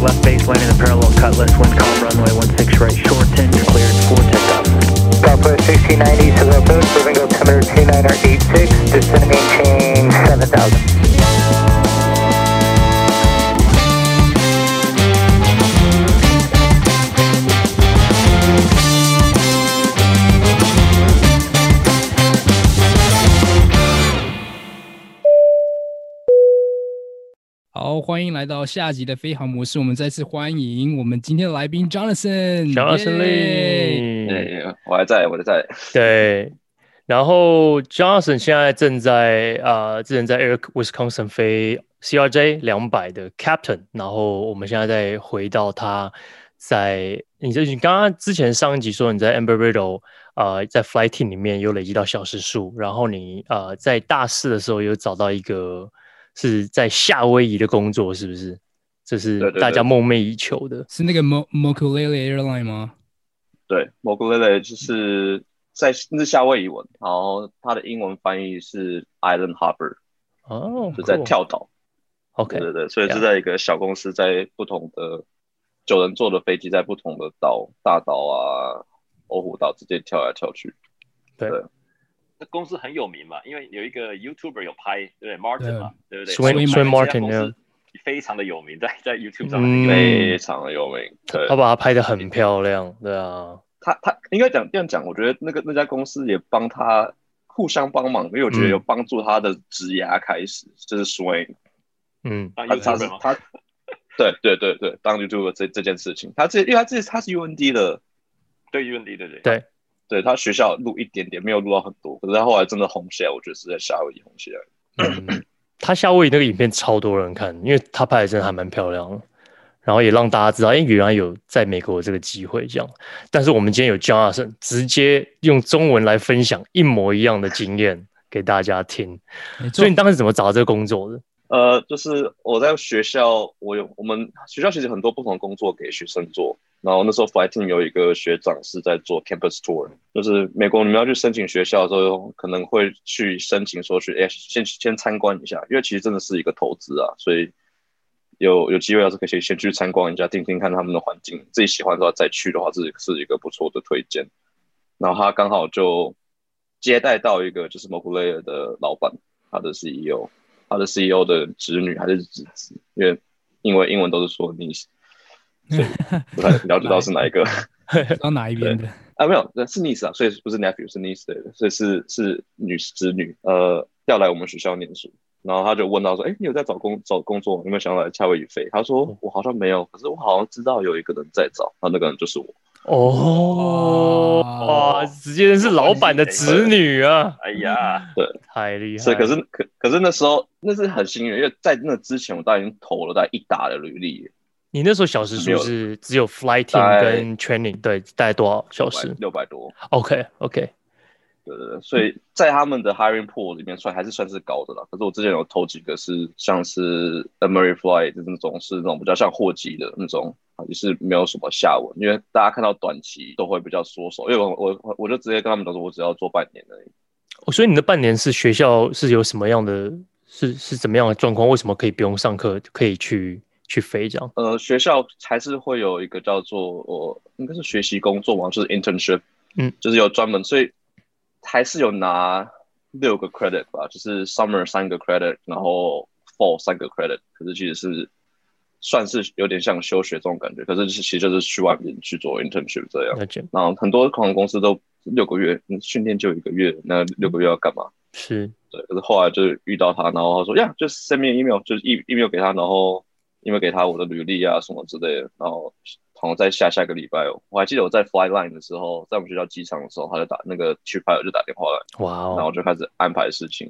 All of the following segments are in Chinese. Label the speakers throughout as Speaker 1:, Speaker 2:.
Speaker 1: left baseline in a parallel cutlass, wind calm runway 16 right, short 10, you're cleared for takeoff.
Speaker 2: Southwest 1690, Southwest Coast, moving altimeter 29086, descending chain 7000.
Speaker 3: 好，欢迎来到下集的飞航模式。我们再次欢迎我们今天的来宾 Jonathan，
Speaker 4: 小二
Speaker 3: 耶
Speaker 4: 胜利，
Speaker 5: 对，我还在，我还在。
Speaker 4: 对，然后 Johnson 现在正在啊、呃之前在 Air Wisconsin 飞 CRJ 两百的 Captain，然后我们现在再回到他在你这你刚刚之前上一集说你在 Amber Riddle 啊、呃在 Flight Team 里面有累积到小时数，然后你呃在大四的时候有找到一个是在夏威夷的工作，是不是？这
Speaker 5: 对
Speaker 4: 是
Speaker 5: 对对
Speaker 4: 大家梦寐以求的。
Speaker 3: 是那个 Mo Mokulele Airline 吗？
Speaker 5: 对 m o g u l e l e 就是在那是夏威夷文，然后它的英文翻译是 Island Harbor，
Speaker 4: 哦，
Speaker 5: 就在
Speaker 4: cool
Speaker 5: 跳岛。
Speaker 4: OK，
Speaker 5: 对对对，所以
Speaker 4: 了
Speaker 5: 是在一个小公司，在不同的九人座的飞机，在不同的岛、大岛啊、欧胡岛之间跳来跳去。
Speaker 6: 那公司很有名嘛，因为有一个 YouTuber 有拍，对不对？Martin 嘛，对不对
Speaker 4: Swim-
Speaker 6: 所以
Speaker 4: Swim
Speaker 6: 这家
Speaker 4: Martin，
Speaker 6: 公司非常的有名，在在 YouTube 上
Speaker 4: 嗯
Speaker 6: 面。
Speaker 5: 非常有名。对
Speaker 4: 他，把它拍得很漂亮，对啊，
Speaker 5: 他他应该讲这样讲，我觉得那个那家公司也帮他互相帮忙，因为我觉得
Speaker 4: 嗯
Speaker 5: 有帮助他的职涯开始，就是 Swing，
Speaker 4: 嗯
Speaker 6: 当
Speaker 5: 他他
Speaker 6: YouTuber
Speaker 5: 是
Speaker 6: 嘛，
Speaker 5: 他，对对对对，当 YouTuber 这这件事情，他这因为他这他是 UND 的，
Speaker 6: 对 UND 对对
Speaker 4: 对
Speaker 5: 对他学校录一点点，没有录到很多，可是他后来真的红起来，我觉得是在夏威夷红起来。
Speaker 4: 嗯，他夏威夷那个影片超多人看，因为他拍的真的还蛮漂亮的，然后也让大家知道，哎、原来有在美国有这个机会这样。但是我们今天有 Jonathan 直接用中文来分享一模一样的经验给大家听，
Speaker 3: 没错
Speaker 4: 所以你当时怎么找到这个工作的？
Speaker 5: 呃，就是我在学校，我有我们学校其实很多不同的工作给学生做。然后那时候 flight team 有一个学长是在做 campus tour，就是美国你们要去申请学校的时候，可能会去申请说去，哎，先先参观一下，因为其实真的是一个投资啊，所以有有机会要是可以先先去参观一下，听听看他们的环境，自己喜欢的话再去的话，这是是一个不错的推荐。然后他刚好就接待到一个就是 m o g u l a y 的老板，他的 E CEO，他的 CEO 的侄女还是侄子，因为因为英文都是说你，所以不太了解到是哪一个
Speaker 3: 不知道哪一边的？
Speaker 5: 啊？没有，那是 niece 啊，所以不是 nephew，是 niece 对的，所以是是女侄女，呃，要来我们学校念书。然后他就问到说：“哎，你有在找工找工作吗？有没有想要来夏威夷飞？”他
Speaker 4: 哦
Speaker 5: 说：“我好像没有，可是我好像知道有一个人在找，然后那个人就是我。
Speaker 4: 哦，
Speaker 3: 哇
Speaker 4: 哇，直接是老板的侄女啊，
Speaker 6: 哎呀，
Speaker 4: 太厉害
Speaker 5: 所
Speaker 4: 了！
Speaker 5: 以可是可可是那时候那是很幸运，因为在那之前我大概已经投了大概一打的履历，
Speaker 4: 你那时候小时
Speaker 5: 没
Speaker 4: 数
Speaker 5: 有
Speaker 4: 是只有 flight
Speaker 5: 大
Speaker 4: team
Speaker 5: 概
Speaker 4: 跟 training，对，大概多少小时
Speaker 5: 六百多。
Speaker 4: ？OK OK，
Speaker 5: 对对对，所以在他们的 hiring pool 里面算还是算是高的啦。可是我之前有投几个是像是 Emery Fly 就是那种是那种比较像货机的那种，也是没有什么下文，因为大家看到短期都会比较缩手。因为我我我就直接跟他们讲说，我只要做半年而已。
Speaker 4: 哦，所以你的半年是学校是有什么样的，是是怎么样的状况？为什么可以不用上课，可以去去飞这样？
Speaker 5: 呃，学校还是会有一个叫做我、应该是学习工作嘛，就是 internship，
Speaker 4: 嗯，
Speaker 5: 就是有专门，所以还是有拿六个 credit 吧，就是 summer 三个 credit，然后 fall 三个 credit，可是其实是算是有点像休学这种感觉，可是其实就是去外面去做 internship 这样。
Speaker 4: 了解，
Speaker 5: 然后很多航空公司都六个月嗯训练就一个月，那六个月要干嘛？
Speaker 4: 是
Speaker 5: 对，可是后来就是遇到他，然后他说呀，就 send me an email，就是 e email 给他，然后 email 给他我的履历啊什么之类的，然后好像在下下个礼拜哦，我还记得我在 Flyline 的时候，在我们学校机场的时候，他就打那个 chief pilot 就打电话来，
Speaker 4: 哇
Speaker 5: 然后
Speaker 4: 哦，
Speaker 5: 就开始安排事情，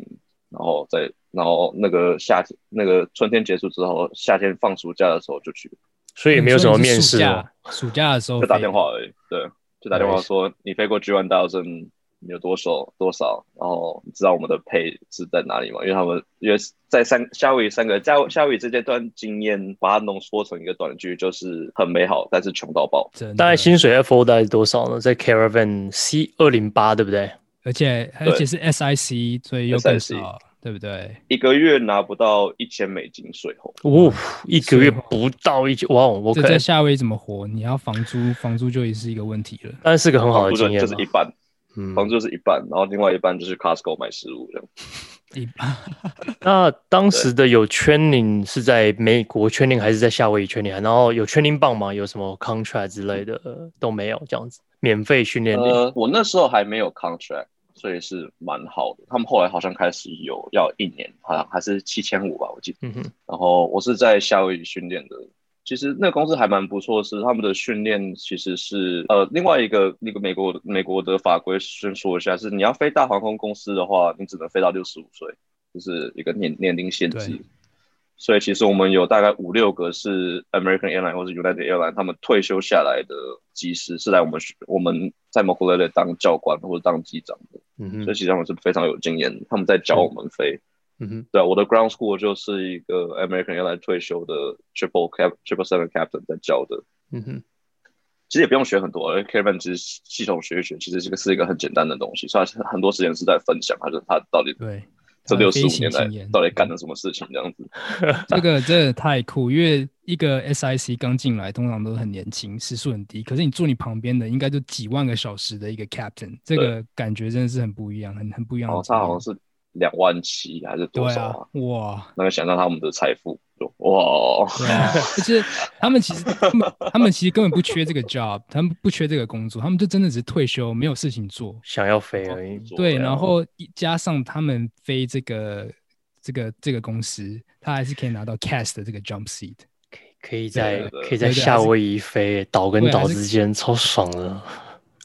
Speaker 5: 然后再然后那个夏天那个春天结束之后，夏天放暑假的时候就去，
Speaker 4: 所以也没 有什么面
Speaker 3: 嗯
Speaker 4: 试
Speaker 3: 你
Speaker 4: 哦
Speaker 3: 说。你是暑假暑假的时候
Speaker 5: 就打
Speaker 3: 飞的
Speaker 5: 电话，而已，对，就打电话说你飞过 G one thousand，你有多少多少，然后你知道我们的 pay 是在哪里吗？因为他们因为在三夏威夷三个夏夏威夷这阶段经验，把它浓缩成一个短句，就是很美好，但是穷到爆。
Speaker 3: 真的
Speaker 4: 大概薪水 FO 大概是多少呢？在 Caravan C 二零八，对不对？
Speaker 3: 而且而且是 SIC，所以又更少。对不对？
Speaker 5: 一个月拿不到一千美金税后，
Speaker 4: 哦，一个
Speaker 3: 是
Speaker 4: 月
Speaker 3: 哦
Speaker 4: 不到一千，哇，哦我
Speaker 3: 这
Speaker 4: 可
Speaker 3: 在夏威夷怎么活？你要房租，房租就也是一个问题了。
Speaker 4: 当然是个很好的
Speaker 5: 房租就
Speaker 4: 经验
Speaker 5: 就
Speaker 4: 嘛，
Speaker 5: 是一半，
Speaker 4: 嗯，
Speaker 5: 房租就是一半，然后另外一半就是 Costco 买食物这样。
Speaker 3: 一般
Speaker 4: 那当时的有 training 是在美国 training 还是在夏威夷 training？然后有 training 棒吗？有什么 contract 之类的、呃都没有，这样子免费训练营。
Speaker 5: 呃，我那时候还没有 contract，所以是蛮好的。他们后来好像开始有要一年，好像还是七千五吧，我记得。
Speaker 4: 嗯哼，
Speaker 5: 然后我是在夏威夷训练的。其实那个公司还蛮不错，是他们的训练其实是呃另外一个那个美国美国的法规先说一下，是你要飞大航空公司的话，你只能飞到六十五岁，就是一个年年龄限制
Speaker 3: 对。
Speaker 5: 所以其实我们有大概五六个是 American Airline 或是 United Airline 他们退休下来的技师是来我们学我们在 m o k o l e l e 当教官或者当机长的，
Speaker 4: 嗯
Speaker 5: 所以
Speaker 4: 哼，
Speaker 5: 其实他们是非常有经验，他们在教我们飞。
Speaker 4: 嗯哼，
Speaker 5: 对啊，我的 ground school 就是一个 American Airline 退休的 triple cap triple seven captain 在教的，
Speaker 4: 嗯哼，
Speaker 5: 其实也不用学很多，因为 Kevin 其实系统学一学，其实这个是一个很简单的东西，所以他很多时间是在分享，他就他到底
Speaker 3: 对，他
Speaker 5: 这
Speaker 3: 的
Speaker 5: 六十
Speaker 3: 飞
Speaker 5: 五
Speaker 3: 行
Speaker 5: 年来
Speaker 3: 经验
Speaker 5: 到底干了什么事情这样子。
Speaker 3: 这个真的太酷，因为一个 SIC 刚进来，通常都很年轻，时速很低。可是你坐你旁边的，应该就几万个小时的一个 captain，这
Speaker 5: 对
Speaker 3: 个感觉真的是很不一样，很很不一样
Speaker 5: 然
Speaker 3: 的
Speaker 5: 后
Speaker 3: 经
Speaker 5: 他
Speaker 3: 验。
Speaker 5: 好像是两万七还是
Speaker 3: 嗯
Speaker 5: 多
Speaker 3: 对
Speaker 5: 少
Speaker 3: 啊
Speaker 5: 啊？，
Speaker 3: 哇，
Speaker 5: 那个想象他们的财富，就哇，
Speaker 3: 对啊，就是他们其实 他们他们其实根本不缺这个 job，他们不缺这个工作，他们就真的只是退休，没有事情做。
Speaker 4: 想要飞而已。
Speaker 3: 对，
Speaker 5: 对啊
Speaker 3: 然后一加上他们飞这个这个这个公司，他还是可以拿到 cast 的这个 jump seat。
Speaker 4: 可以在
Speaker 5: 对对对
Speaker 4: 可以在
Speaker 3: 对对
Speaker 4: 夏威夷飞，岛跟
Speaker 3: 对还
Speaker 4: 岛
Speaker 3: 是
Speaker 4: 之间超爽的，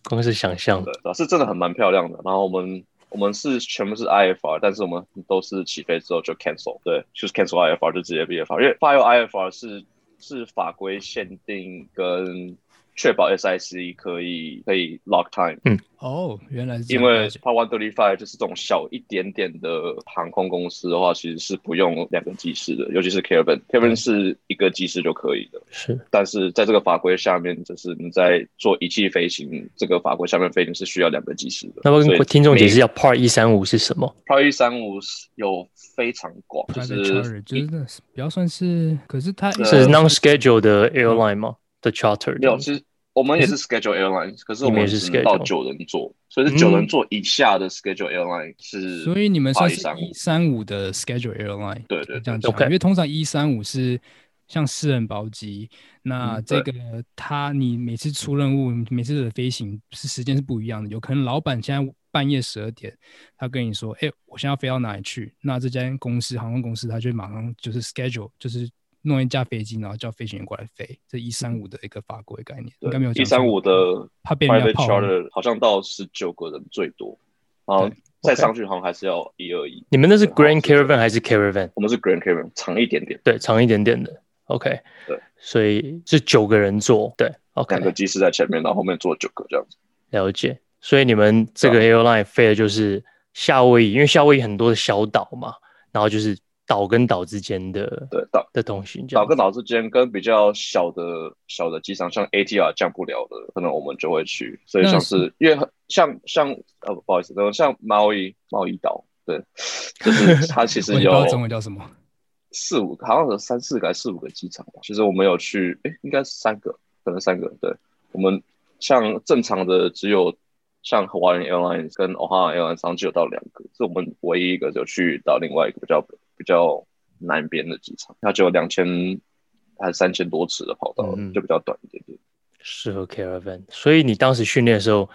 Speaker 4: 光是想象。
Speaker 5: 对，啊是真的很蛮漂亮的。然后我们我们是全部是 IFR，但是我们都是起飞之后就 cancel，对，就是 cancel IFR 就直接 BFR，因为 file IFR 是是法规限定跟确保 SIC 可以可以 lock time，
Speaker 3: 哦，原来是这
Speaker 5: 因
Speaker 3: 样
Speaker 5: 为
Speaker 3: 了解
Speaker 5: Part One Thirty Five 就是这种小一点点的航空公司的话，其实是不用两个技师的，尤其是
Speaker 3: 嗯
Speaker 5: Kevin，Kevin 是一个技师就可以的。
Speaker 4: 是，
Speaker 5: 但是在这个法规下面，就是你在做仪器飞行这个法规下面飞行是需要两个技师的。
Speaker 4: 那么
Speaker 5: 所以
Speaker 4: 跟听众
Speaker 5: 每
Speaker 4: 解释一下，Part 一三五是什么？
Speaker 5: Pro 一三五有非常广，就
Speaker 3: private
Speaker 5: 是
Speaker 3: charter 真的是比较算是，可是他
Speaker 5: 呃
Speaker 4: 是 non-schedule 的 airline 吗？的 charter
Speaker 5: 没有，其实我们也是 Schedule Airlines，可是我
Speaker 4: 你们也
Speaker 5: 们
Speaker 4: 是
Speaker 5: 只能到
Speaker 4: schedule
Speaker 5: 九人座，所以是九人座以下的 Schedule Airline 是。
Speaker 3: 嗯所以你们算是
Speaker 5: 835
Speaker 3: 一三五的 schedule airline，
Speaker 5: 对对对
Speaker 3: 这样讲
Speaker 4: OK
Speaker 3: 因为通常一三五是像私人包机，那
Speaker 5: 嗯
Speaker 3: 这
Speaker 5: 对
Speaker 3: 个他你每次出任务，你每次的飞行是时间是不一样的，有可能老板现在半夜十二点，他跟你说，哎、我现在要飞到哪里去？那这间公司航空公司，他就马上就是 schedule，就是弄一架飞机，然后叫飞行员过来飞，这一三五的一个法规概念，应该没有
Speaker 5: 一
Speaker 3: 讲
Speaker 5: 三
Speaker 3: 错
Speaker 5: 五的
Speaker 3: 怕被人家
Speaker 5: Private
Speaker 3: 炮轰
Speaker 5: Charter 好像到十九个人最多，然后
Speaker 3: 对
Speaker 5: 再
Speaker 4: OK
Speaker 5: 上去好像还是要一二一。
Speaker 4: 你们那是
Speaker 5: 对好
Speaker 4: Grand
Speaker 5: 是这样
Speaker 4: Caravan 还是 Caravan？
Speaker 5: 我们是 Grand Caravan 长一点点，
Speaker 4: 对，长一点点的。OK，
Speaker 5: 对，
Speaker 4: 所以是九个人坐，对，OK，
Speaker 5: 两个机师在前面，然后后面坐九个这样子。
Speaker 4: 了解。所以你们这个
Speaker 5: 啊
Speaker 4: airline 飞的就是夏威夷，因为夏威夷很多的小岛嘛，然后就是岛跟岛之间的
Speaker 5: 对，到
Speaker 4: 的东西，这样
Speaker 5: 岛跟岛之间跟比较小的小的机场，像 ATR 降不了的，可能我们就会去。所以像是因为很像像呃不好意思，等像贸易贸易岛，对， 就是它其
Speaker 3: 我
Speaker 5: 实
Speaker 3: 也不知
Speaker 5: 有
Speaker 3: 道中文叫什么，
Speaker 5: 四五个，好像有三四个还是四五个机场吧。其实我们有去，诶，应该是三个，可能三个。对，我们像正常的只有像 Hawaiian Airlines 跟 Ohio Airlines 上只有到两个，是我们唯一一个就去到另外一个比较比较南边的机场，它只有两千还三千多尺的跑道，
Speaker 4: 嗯
Speaker 5: 就比较短一点点。
Speaker 4: 适合 Caravan。所以你当时训练的时候，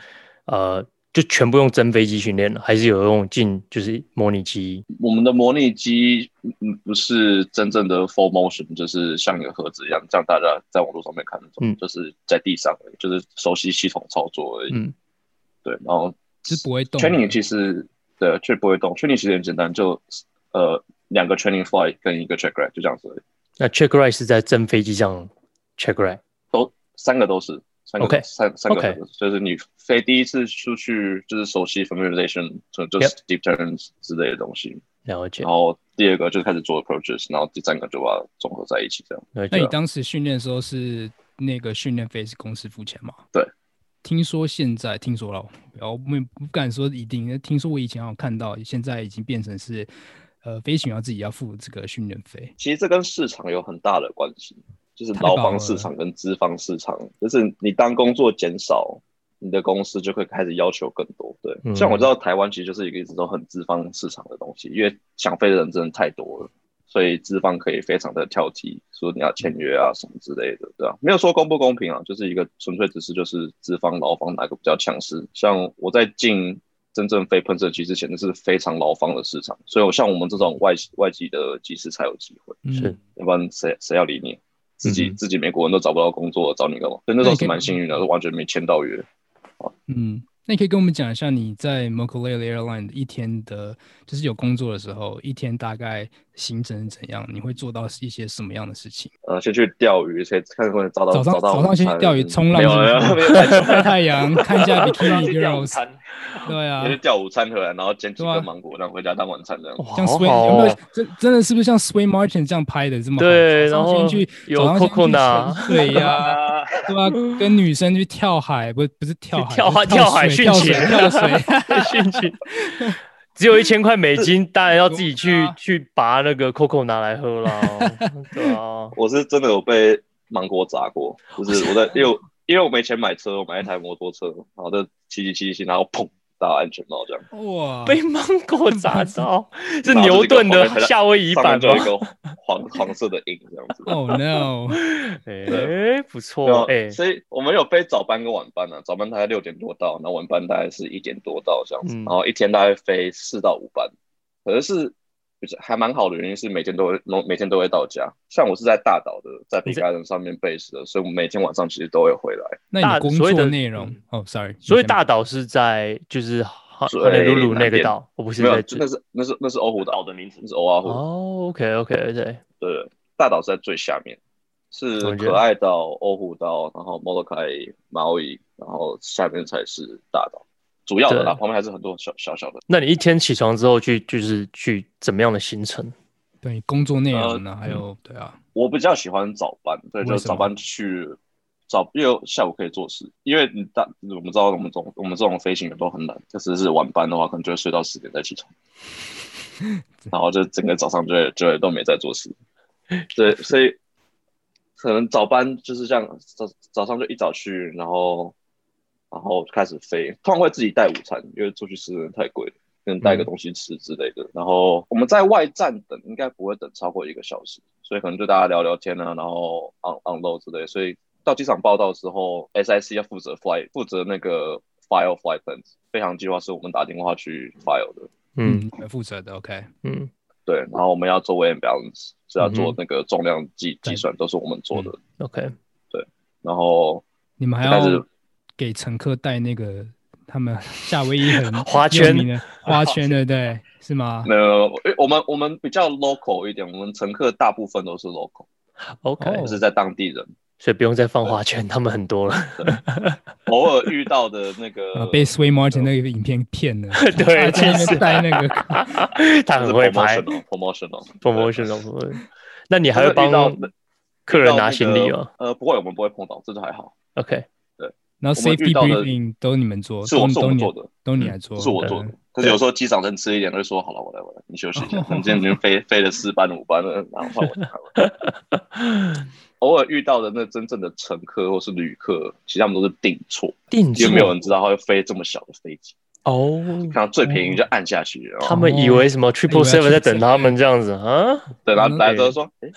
Speaker 4: 呃，就全部用真飞机训练了，还是有用进就是模拟机？
Speaker 5: 我们的模拟机嗯不是真正的 full motion，就是像一个盒子一样，像大家在网络上面看那种，
Speaker 4: 嗯
Speaker 5: 就是在地上而已，就是熟悉系统操作而已。
Speaker 4: 嗯，
Speaker 5: 对，然后
Speaker 3: 就是不会动的
Speaker 5: training 其实对，却不会动。training 其实很简单，就呃两个 training flight 跟一个 check ride 就这样子而已，
Speaker 4: 那 check right 是在真飞机上 check right。
Speaker 5: 都三个都是三个
Speaker 4: OK
Speaker 5: 三三个
Speaker 4: OK
Speaker 5: 都是就是你飞第一次出去就是熟悉 familiarization，就就是
Speaker 4: Yep
Speaker 5: deep turns 之类的东西，
Speaker 4: 了解
Speaker 5: 然，后第二个就开始做 approaches，然后第三个就把它综合在一起这样。
Speaker 4: 了
Speaker 3: 那你
Speaker 4: 解。
Speaker 3: 当时训练的时候是那个训练费是公司付钱吗？
Speaker 5: 对。
Speaker 3: 听说现在听说了，我不我们不敢说一定，但听说我以前好像看到，现在已经变成是呃飞行员自己要付这个训练费。
Speaker 5: 其实这跟市场有很大的关系，就是
Speaker 3: 太
Speaker 5: 劳
Speaker 3: 棒
Speaker 5: 方
Speaker 3: 了
Speaker 5: 市场跟资方市场，就是你当工作减少，你的公司就会开始要求更多。对，
Speaker 4: 嗯
Speaker 5: 像我知道台湾其实就是一个一直都很资方市场的东西，因为想飞的人真的太多了。所以资方可以非常的挑剔，说你要签约啊什么之类的，对啊，没有说公不公平啊，就是一个纯粹只是就是资方劳方哪个比较强势。像我在进真正非喷射机之前，那是非常劳方的市场，所以我像我们这种外外籍的技师才有机会。
Speaker 3: 嗯、
Speaker 4: 是
Speaker 5: 要不然谁谁要理你？自己、
Speaker 4: 嗯
Speaker 5: 自己美国人都找不到工作，找你干嘛？所以
Speaker 3: 那
Speaker 5: 那时
Speaker 3: 你
Speaker 5: 候是
Speaker 3: 可以
Speaker 5: 蛮幸运的，是完全没签到约。
Speaker 3: 嗯，那你可以跟我们讲一下你在 m o c o l a l Airline 一天的，就是有工作的时候，一天大概行程是怎样？你会做到一些什么样的事情？
Speaker 5: 呃，先去钓鱼，先看会找到
Speaker 3: 早上
Speaker 5: 找到
Speaker 3: 早上先去
Speaker 5: 午餐嗯
Speaker 3: 钓鱼、冲浪
Speaker 5: 没有没有
Speaker 3: 是不
Speaker 5: 没
Speaker 3: 是，
Speaker 5: 有 没有，
Speaker 3: 晒太阳，看一 下 Bikini
Speaker 6: 去钓午
Speaker 3: Girls，
Speaker 6: 餐，
Speaker 3: 对啊
Speaker 5: 先，去钓午餐回来，然后捡几
Speaker 3: 对啊
Speaker 5: 颗芒果，然后回家当晚餐这样。
Speaker 4: 哇，
Speaker 3: 像
Speaker 4: 好
Speaker 3: Sway
Speaker 4: 好
Speaker 3: 有没有
Speaker 4: 哦，
Speaker 3: 真真的是不是像 Sway Martin 这样拍的这么好？
Speaker 4: 对
Speaker 3: 早上
Speaker 4: 然
Speaker 3: 先
Speaker 4: 后
Speaker 3: 去
Speaker 4: 有
Speaker 3: 早上先去
Speaker 4: coconut
Speaker 3: 潜水 呀，
Speaker 6: 啊，
Speaker 3: 对吧？跟女生去跳海，不是不是跳海，
Speaker 4: 跳海
Speaker 3: 海
Speaker 4: 跳海
Speaker 3: 水
Speaker 4: 殉
Speaker 3: 跳
Speaker 4: 情
Speaker 3: 水跳 水，
Speaker 4: 训去，只有一千块美金，当然要自己
Speaker 3: 对
Speaker 4: 去
Speaker 3: 啊
Speaker 4: 去拔那个 Coco 拿来喝 啦，对啊，
Speaker 5: 我是真的有被芒果砸过，就是 我在因为我因为我没钱买车，我买一台摩托车，然后就骑骑骑骑，然后砰打安全帽这样，
Speaker 3: 哇！
Speaker 4: 被芒果 砸到，是
Speaker 5: 然后
Speaker 4: 牛
Speaker 5: 就是一个
Speaker 4: 顿的
Speaker 5: 黄色
Speaker 4: 夏威夷
Speaker 5: 上面
Speaker 4: 版
Speaker 5: 就有一
Speaker 4: 吗？
Speaker 5: 个黄黄色的印这样子。
Speaker 3: Oh no！
Speaker 4: 哎，不
Speaker 5: 对啊
Speaker 4: 错，哎，
Speaker 5: 所以我们有飞早班跟晚班啊，早班大概六点多到，然后晚班大概是一点多到这样子，
Speaker 4: 嗯
Speaker 5: 然后一天大概飞四到五班，可是是就是还蛮好的原因是每天都会每天都会到家，像我是在大岛的，在皮卡人上面 base 的，所以我每天晚上其实都会回来，
Speaker 3: 那你的
Speaker 4: 大
Speaker 3: 工
Speaker 4: 所
Speaker 3: 作
Speaker 4: 谓的
Speaker 3: 内容
Speaker 4: 嗯
Speaker 3: 哦，sorry，你
Speaker 4: 所以
Speaker 3: 先
Speaker 4: 大岛是在就是哈
Speaker 5: 最
Speaker 4: 哈雷鲁鲁
Speaker 5: 南
Speaker 4: 那个
Speaker 5: 边
Speaker 4: 岛，我不是
Speaker 5: 没有
Speaker 4: 在，
Speaker 5: 就那是那是那是欧胡
Speaker 6: 岛
Speaker 5: 岛，
Speaker 6: 的名字
Speaker 5: 那是欧阿胡，
Speaker 4: 哦，OK OK OK，
Speaker 5: 对，大岛是在最下面，是
Speaker 4: 中间
Speaker 5: 可爱岛、欧胡岛，然后莫洛凯、马奥伊，然后下面才是大岛，主要的啦，
Speaker 4: 对
Speaker 5: 旁边还是很多小小小的。
Speaker 4: 那你一天起床之后去就是去怎么样的行程？
Speaker 3: 对工作内
Speaker 5: 呃
Speaker 3: 容呢，还有对啊，
Speaker 5: 我比较喜欢早班，对，
Speaker 3: 为
Speaker 5: 就是
Speaker 3: 什么
Speaker 5: 早班去早，因为下午可以做事。因为你大，我们知道我们这种我们这种飞行员都很懒，就是是晚班的话，可能就会睡到十点再起 床，然后就整个早上就会就会都没在做事。对，所以可能早班就是这样，早早上就一早去，然后然后开始飞，通常会自己带午餐，因为出去吃真的太贵了。能带个东西吃之类的，然后我们在外站等，应该不会等超过一个小时，所以可能就大家聊聊天啊，然后 on on load 之类。所以到机场报道之后，SIC 要负责 fly 负责那个 file flight plans 飞行计划是我们打电话去 file 的，
Speaker 4: 嗯
Speaker 3: 你们负责的 OK，
Speaker 4: 嗯，
Speaker 5: 对，然后我们要做 weight and balance 是要
Speaker 4: 嗯
Speaker 5: 做
Speaker 4: 哼嗯
Speaker 5: 那个重量计计算，都是我们做的。
Speaker 4: OK，
Speaker 5: 然后
Speaker 3: 你们还
Speaker 5: 但是
Speaker 3: 要给乘客带那个他们 夏威夷 很
Speaker 4: 花
Speaker 3: 有
Speaker 4: 圈
Speaker 3: 名的花圈，对不对？是吗？
Speaker 5: 没有，因呃为我们我们比较 local 一点，我们乘客大部分都是 local，
Speaker 4: OK，、
Speaker 3: 哦
Speaker 5: 就是在当地人。
Speaker 4: 所以不用再放花圈，他们很多 了。
Speaker 5: 偶尔遇到的那
Speaker 3: 啊
Speaker 5: 个，
Speaker 3: 被 Sway
Speaker 5: 呃
Speaker 3: Martin 那个影片骗 了，在
Speaker 4: 对，其
Speaker 3: 那边
Speaker 4: 实
Speaker 3: 带那个
Speaker 4: 他很会拍
Speaker 5: promotional，promotional，
Speaker 4: promotional。promotion 那你还会帮
Speaker 5: 遇到那
Speaker 4: 客人拿行李哦
Speaker 5: 遇到
Speaker 4: 吗
Speaker 5: 那个呃，不会，我们不会碰到，这就还好，
Speaker 4: ？OK，
Speaker 3: 然后
Speaker 5: 我们
Speaker 3: safety
Speaker 5: 遇到的
Speaker 3: briefing 都你们做，
Speaker 5: 是我
Speaker 3: 都
Speaker 5: 是我
Speaker 3: 都
Speaker 5: 们
Speaker 3: 你
Speaker 5: 做的，嗯
Speaker 3: 都你来做，
Speaker 5: 是我做的
Speaker 3: 对。
Speaker 5: 可是有时候机长能吃一点，就说好了，我来，我来，你休息 一下。
Speaker 3: 哦
Speaker 5: 你今天已经飞飞了四班五班了，然后换我来。换我 偶尔遇到的那真正的乘客或是旅客，其实他们都是订错，
Speaker 4: 定
Speaker 5: 因
Speaker 4: 制
Speaker 5: 为没有人知道他会飞这么小的飞机，
Speaker 4: 哦。
Speaker 5: 看到最便宜就按下去，然
Speaker 4: 他
Speaker 5: 后
Speaker 4: 们以为什么哦 triple seven 在等他们这样子 啊？
Speaker 5: 对，然后
Speaker 3: 嗯
Speaker 5: 来的时候说，诶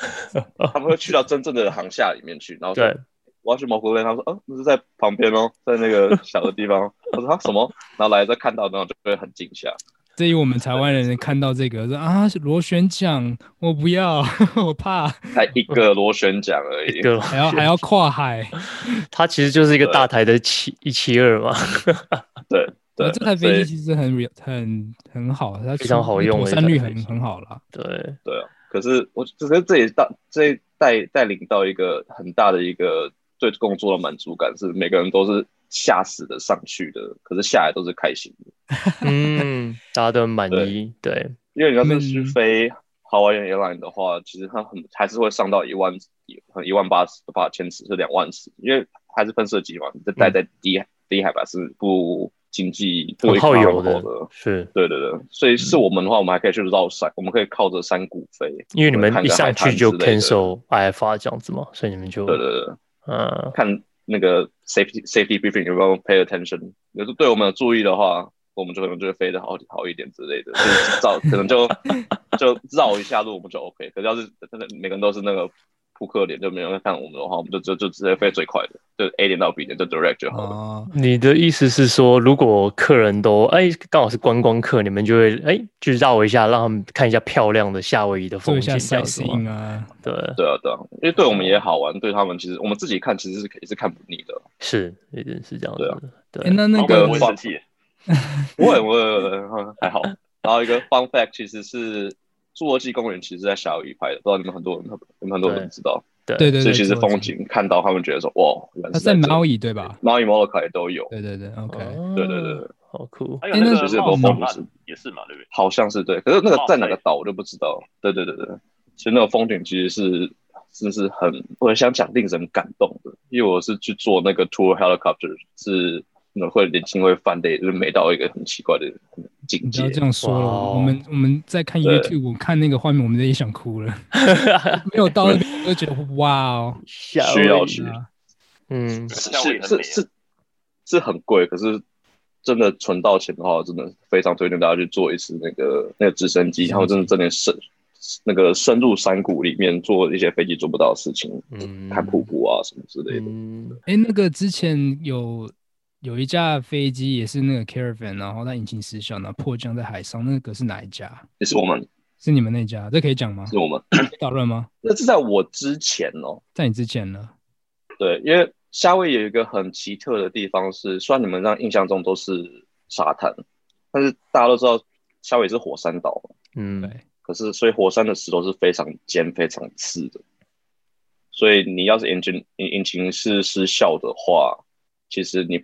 Speaker 5: 他们会去到真正的航厦里面去，然后说
Speaker 4: 对，
Speaker 5: 我要去蘑菇类，他说，哦，那是在旁边哦，在那个小的地方哦。我说啊什么？然后来再看到，然后就会很惊吓。
Speaker 3: 至于我们台湾人看到这个说啊是螺旋桨，我不要， 我怕，
Speaker 5: 才一个螺旋桨而已，
Speaker 4: 对，
Speaker 3: 还 要还要跨海，
Speaker 4: 它其实就是一个大台的七一七二嘛。
Speaker 5: 对对
Speaker 3: 呃，这台
Speaker 5: 所
Speaker 3: 飞
Speaker 5: 以
Speaker 3: 机其实很 re- 很很好，它
Speaker 4: 非常
Speaker 3: 出
Speaker 4: 好用
Speaker 3: 妥
Speaker 4: 的一
Speaker 3: 善
Speaker 4: 台
Speaker 3: 率
Speaker 4: 飞
Speaker 3: 很
Speaker 4: 机
Speaker 3: 很好啦。
Speaker 4: 对，
Speaker 5: 对啊。可是我只是这也到这也带带领到一个很大的一个对工作的满足感，是每个人都是吓死的上去的，可是下来都是开心的。
Speaker 4: 嗯，大家都很满意。对，
Speaker 5: 因为你要是去
Speaker 3: 嗯
Speaker 5: 飞 Hawaiian Airline 的话，其实它很还是会上到一万一万八
Speaker 4: 嗯
Speaker 5: 八千尺是两万尺，因为还是喷射机嘛，你在待在低、低海拔是不经济
Speaker 4: 很
Speaker 5: 对
Speaker 4: 耗
Speaker 5: 抗
Speaker 4: 油
Speaker 5: 后
Speaker 4: 的
Speaker 5: 的，，
Speaker 4: 是
Speaker 5: 对对对，所以是我们的话，我们还可以去绕山，我们可以靠着山谷飞。
Speaker 4: 因为你们
Speaker 5: 看
Speaker 4: 一
Speaker 5: 个
Speaker 4: 上
Speaker 5: 海
Speaker 4: 去
Speaker 5: 滩
Speaker 4: 就
Speaker 5: 之类的
Speaker 4: cancel IFR 这样子嘛，所以你们就
Speaker 5: 对对对，
Speaker 4: 呃
Speaker 5: 看那个 safety safety briefing 有没有 pay attention，有时候对我们有注意的话，我们就可能就会飞得好好一点之类的，就是绕可能就就绕一下路我们就 OK。可是要是真的每个人都是那个扑克脸，就没有人看我们的话，我们就就就直接飞最快的，就 A 点到 B 点就 direct 就好了。
Speaker 3: 哦，
Speaker 4: 你的意思是说，如果客人都哎刚好是观光客，你们就会哎去绕一下，让他们看一下漂亮的夏威夷的
Speaker 3: 做
Speaker 4: 风
Speaker 3: 一
Speaker 4: 景
Speaker 3: 下
Speaker 4: 这样子嘛？
Speaker 3: sightseeing 啊，
Speaker 4: 对，
Speaker 5: 对啊，对啊，因为对我们也好玩，对他们其实我们自己看其实是可以是看不腻的。
Speaker 4: 是一定是这样子
Speaker 5: 对啊
Speaker 4: 的。对，
Speaker 3: 哎，那那
Speaker 5: 个
Speaker 6: 不会
Speaker 3: 个
Speaker 6: 生 气，
Speaker 5: 我很我很还好。然后一个 fun fact 其实是侏罗纪公园，其实在夏威夷拍的，不知道你们很多人有没有很多人知道。
Speaker 3: 对对
Speaker 5: 所
Speaker 3: 对，
Speaker 5: 以其实
Speaker 3: 做
Speaker 5: 风，景看到他们觉得说，哇，原来
Speaker 3: 他
Speaker 5: 是
Speaker 3: 在
Speaker 5: 哦毛
Speaker 3: 毛伊对吧？
Speaker 5: 毛伊摩洛卡也都有。
Speaker 3: 对对对，OK，
Speaker 5: 对对对，对，
Speaker 4: 好酷。
Speaker 6: 还有
Speaker 3: 哎
Speaker 6: 那
Speaker 3: 那
Speaker 6: 个
Speaker 5: 就是
Speaker 6: 帽子
Speaker 5: 蒙古
Speaker 6: 那
Speaker 5: 是
Speaker 6: 也是嘛，对不对？
Speaker 5: 好像是对，可是那个
Speaker 6: 哦
Speaker 5: 在哪个
Speaker 6: 对
Speaker 5: 岛我就不知道。对对对对，其实那个风景其实是真是很，我想讲令人感动的，因为我是去做那个 tour helicopter，是可能会年轻会犯泪，就是美到一个很奇怪的境
Speaker 3: 你不
Speaker 5: 界
Speaker 3: 要。这样说了，
Speaker 4: 哇哦
Speaker 3: 我们我们在看
Speaker 5: 对
Speaker 3: YouTube，我看那个画面，我们也想哭 了，没有到那边我就觉得哇哦，
Speaker 4: 夏
Speaker 5: 需要
Speaker 4: 威夷
Speaker 5: 去
Speaker 3: 对啊
Speaker 4: 嗯，
Speaker 5: 是
Speaker 6: 夏威夷
Speaker 5: 是
Speaker 6: 很美啊
Speaker 5: 是是是很贵，可是真的存到钱的话，真的非常推荐大家去坐一次那个那个直升
Speaker 3: 直升
Speaker 5: 机，
Speaker 3: 机
Speaker 5: 然后真的真的深那个深入山谷里面做一些飞机做不到的事情，
Speaker 4: 嗯
Speaker 5: 看瀑布啊什么之类的。
Speaker 4: 嗯，
Speaker 3: 哎，那个之前有有一架飞机也是那个 Caravan，然后它引擎失效，然后迫降在海上，那个是哪一架？
Speaker 5: 也是我们，
Speaker 3: 是你们那家？这可以讲吗？
Speaker 5: 是我们。
Speaker 3: 可以讨论吗？
Speaker 5: 那是在我之前哦，
Speaker 3: 在你之前呢？
Speaker 5: 对，因为夏威夷有一个很奇特的地方是，虽然你们让印象中都是沙滩，但是大家都知道夏威夷是火山岛嘛，
Speaker 4: 嗯，
Speaker 3: 对，
Speaker 5: 可是所以火山的石头是非常尖、非常刺的，所以你要是引擎引引擎是失效的话，其实你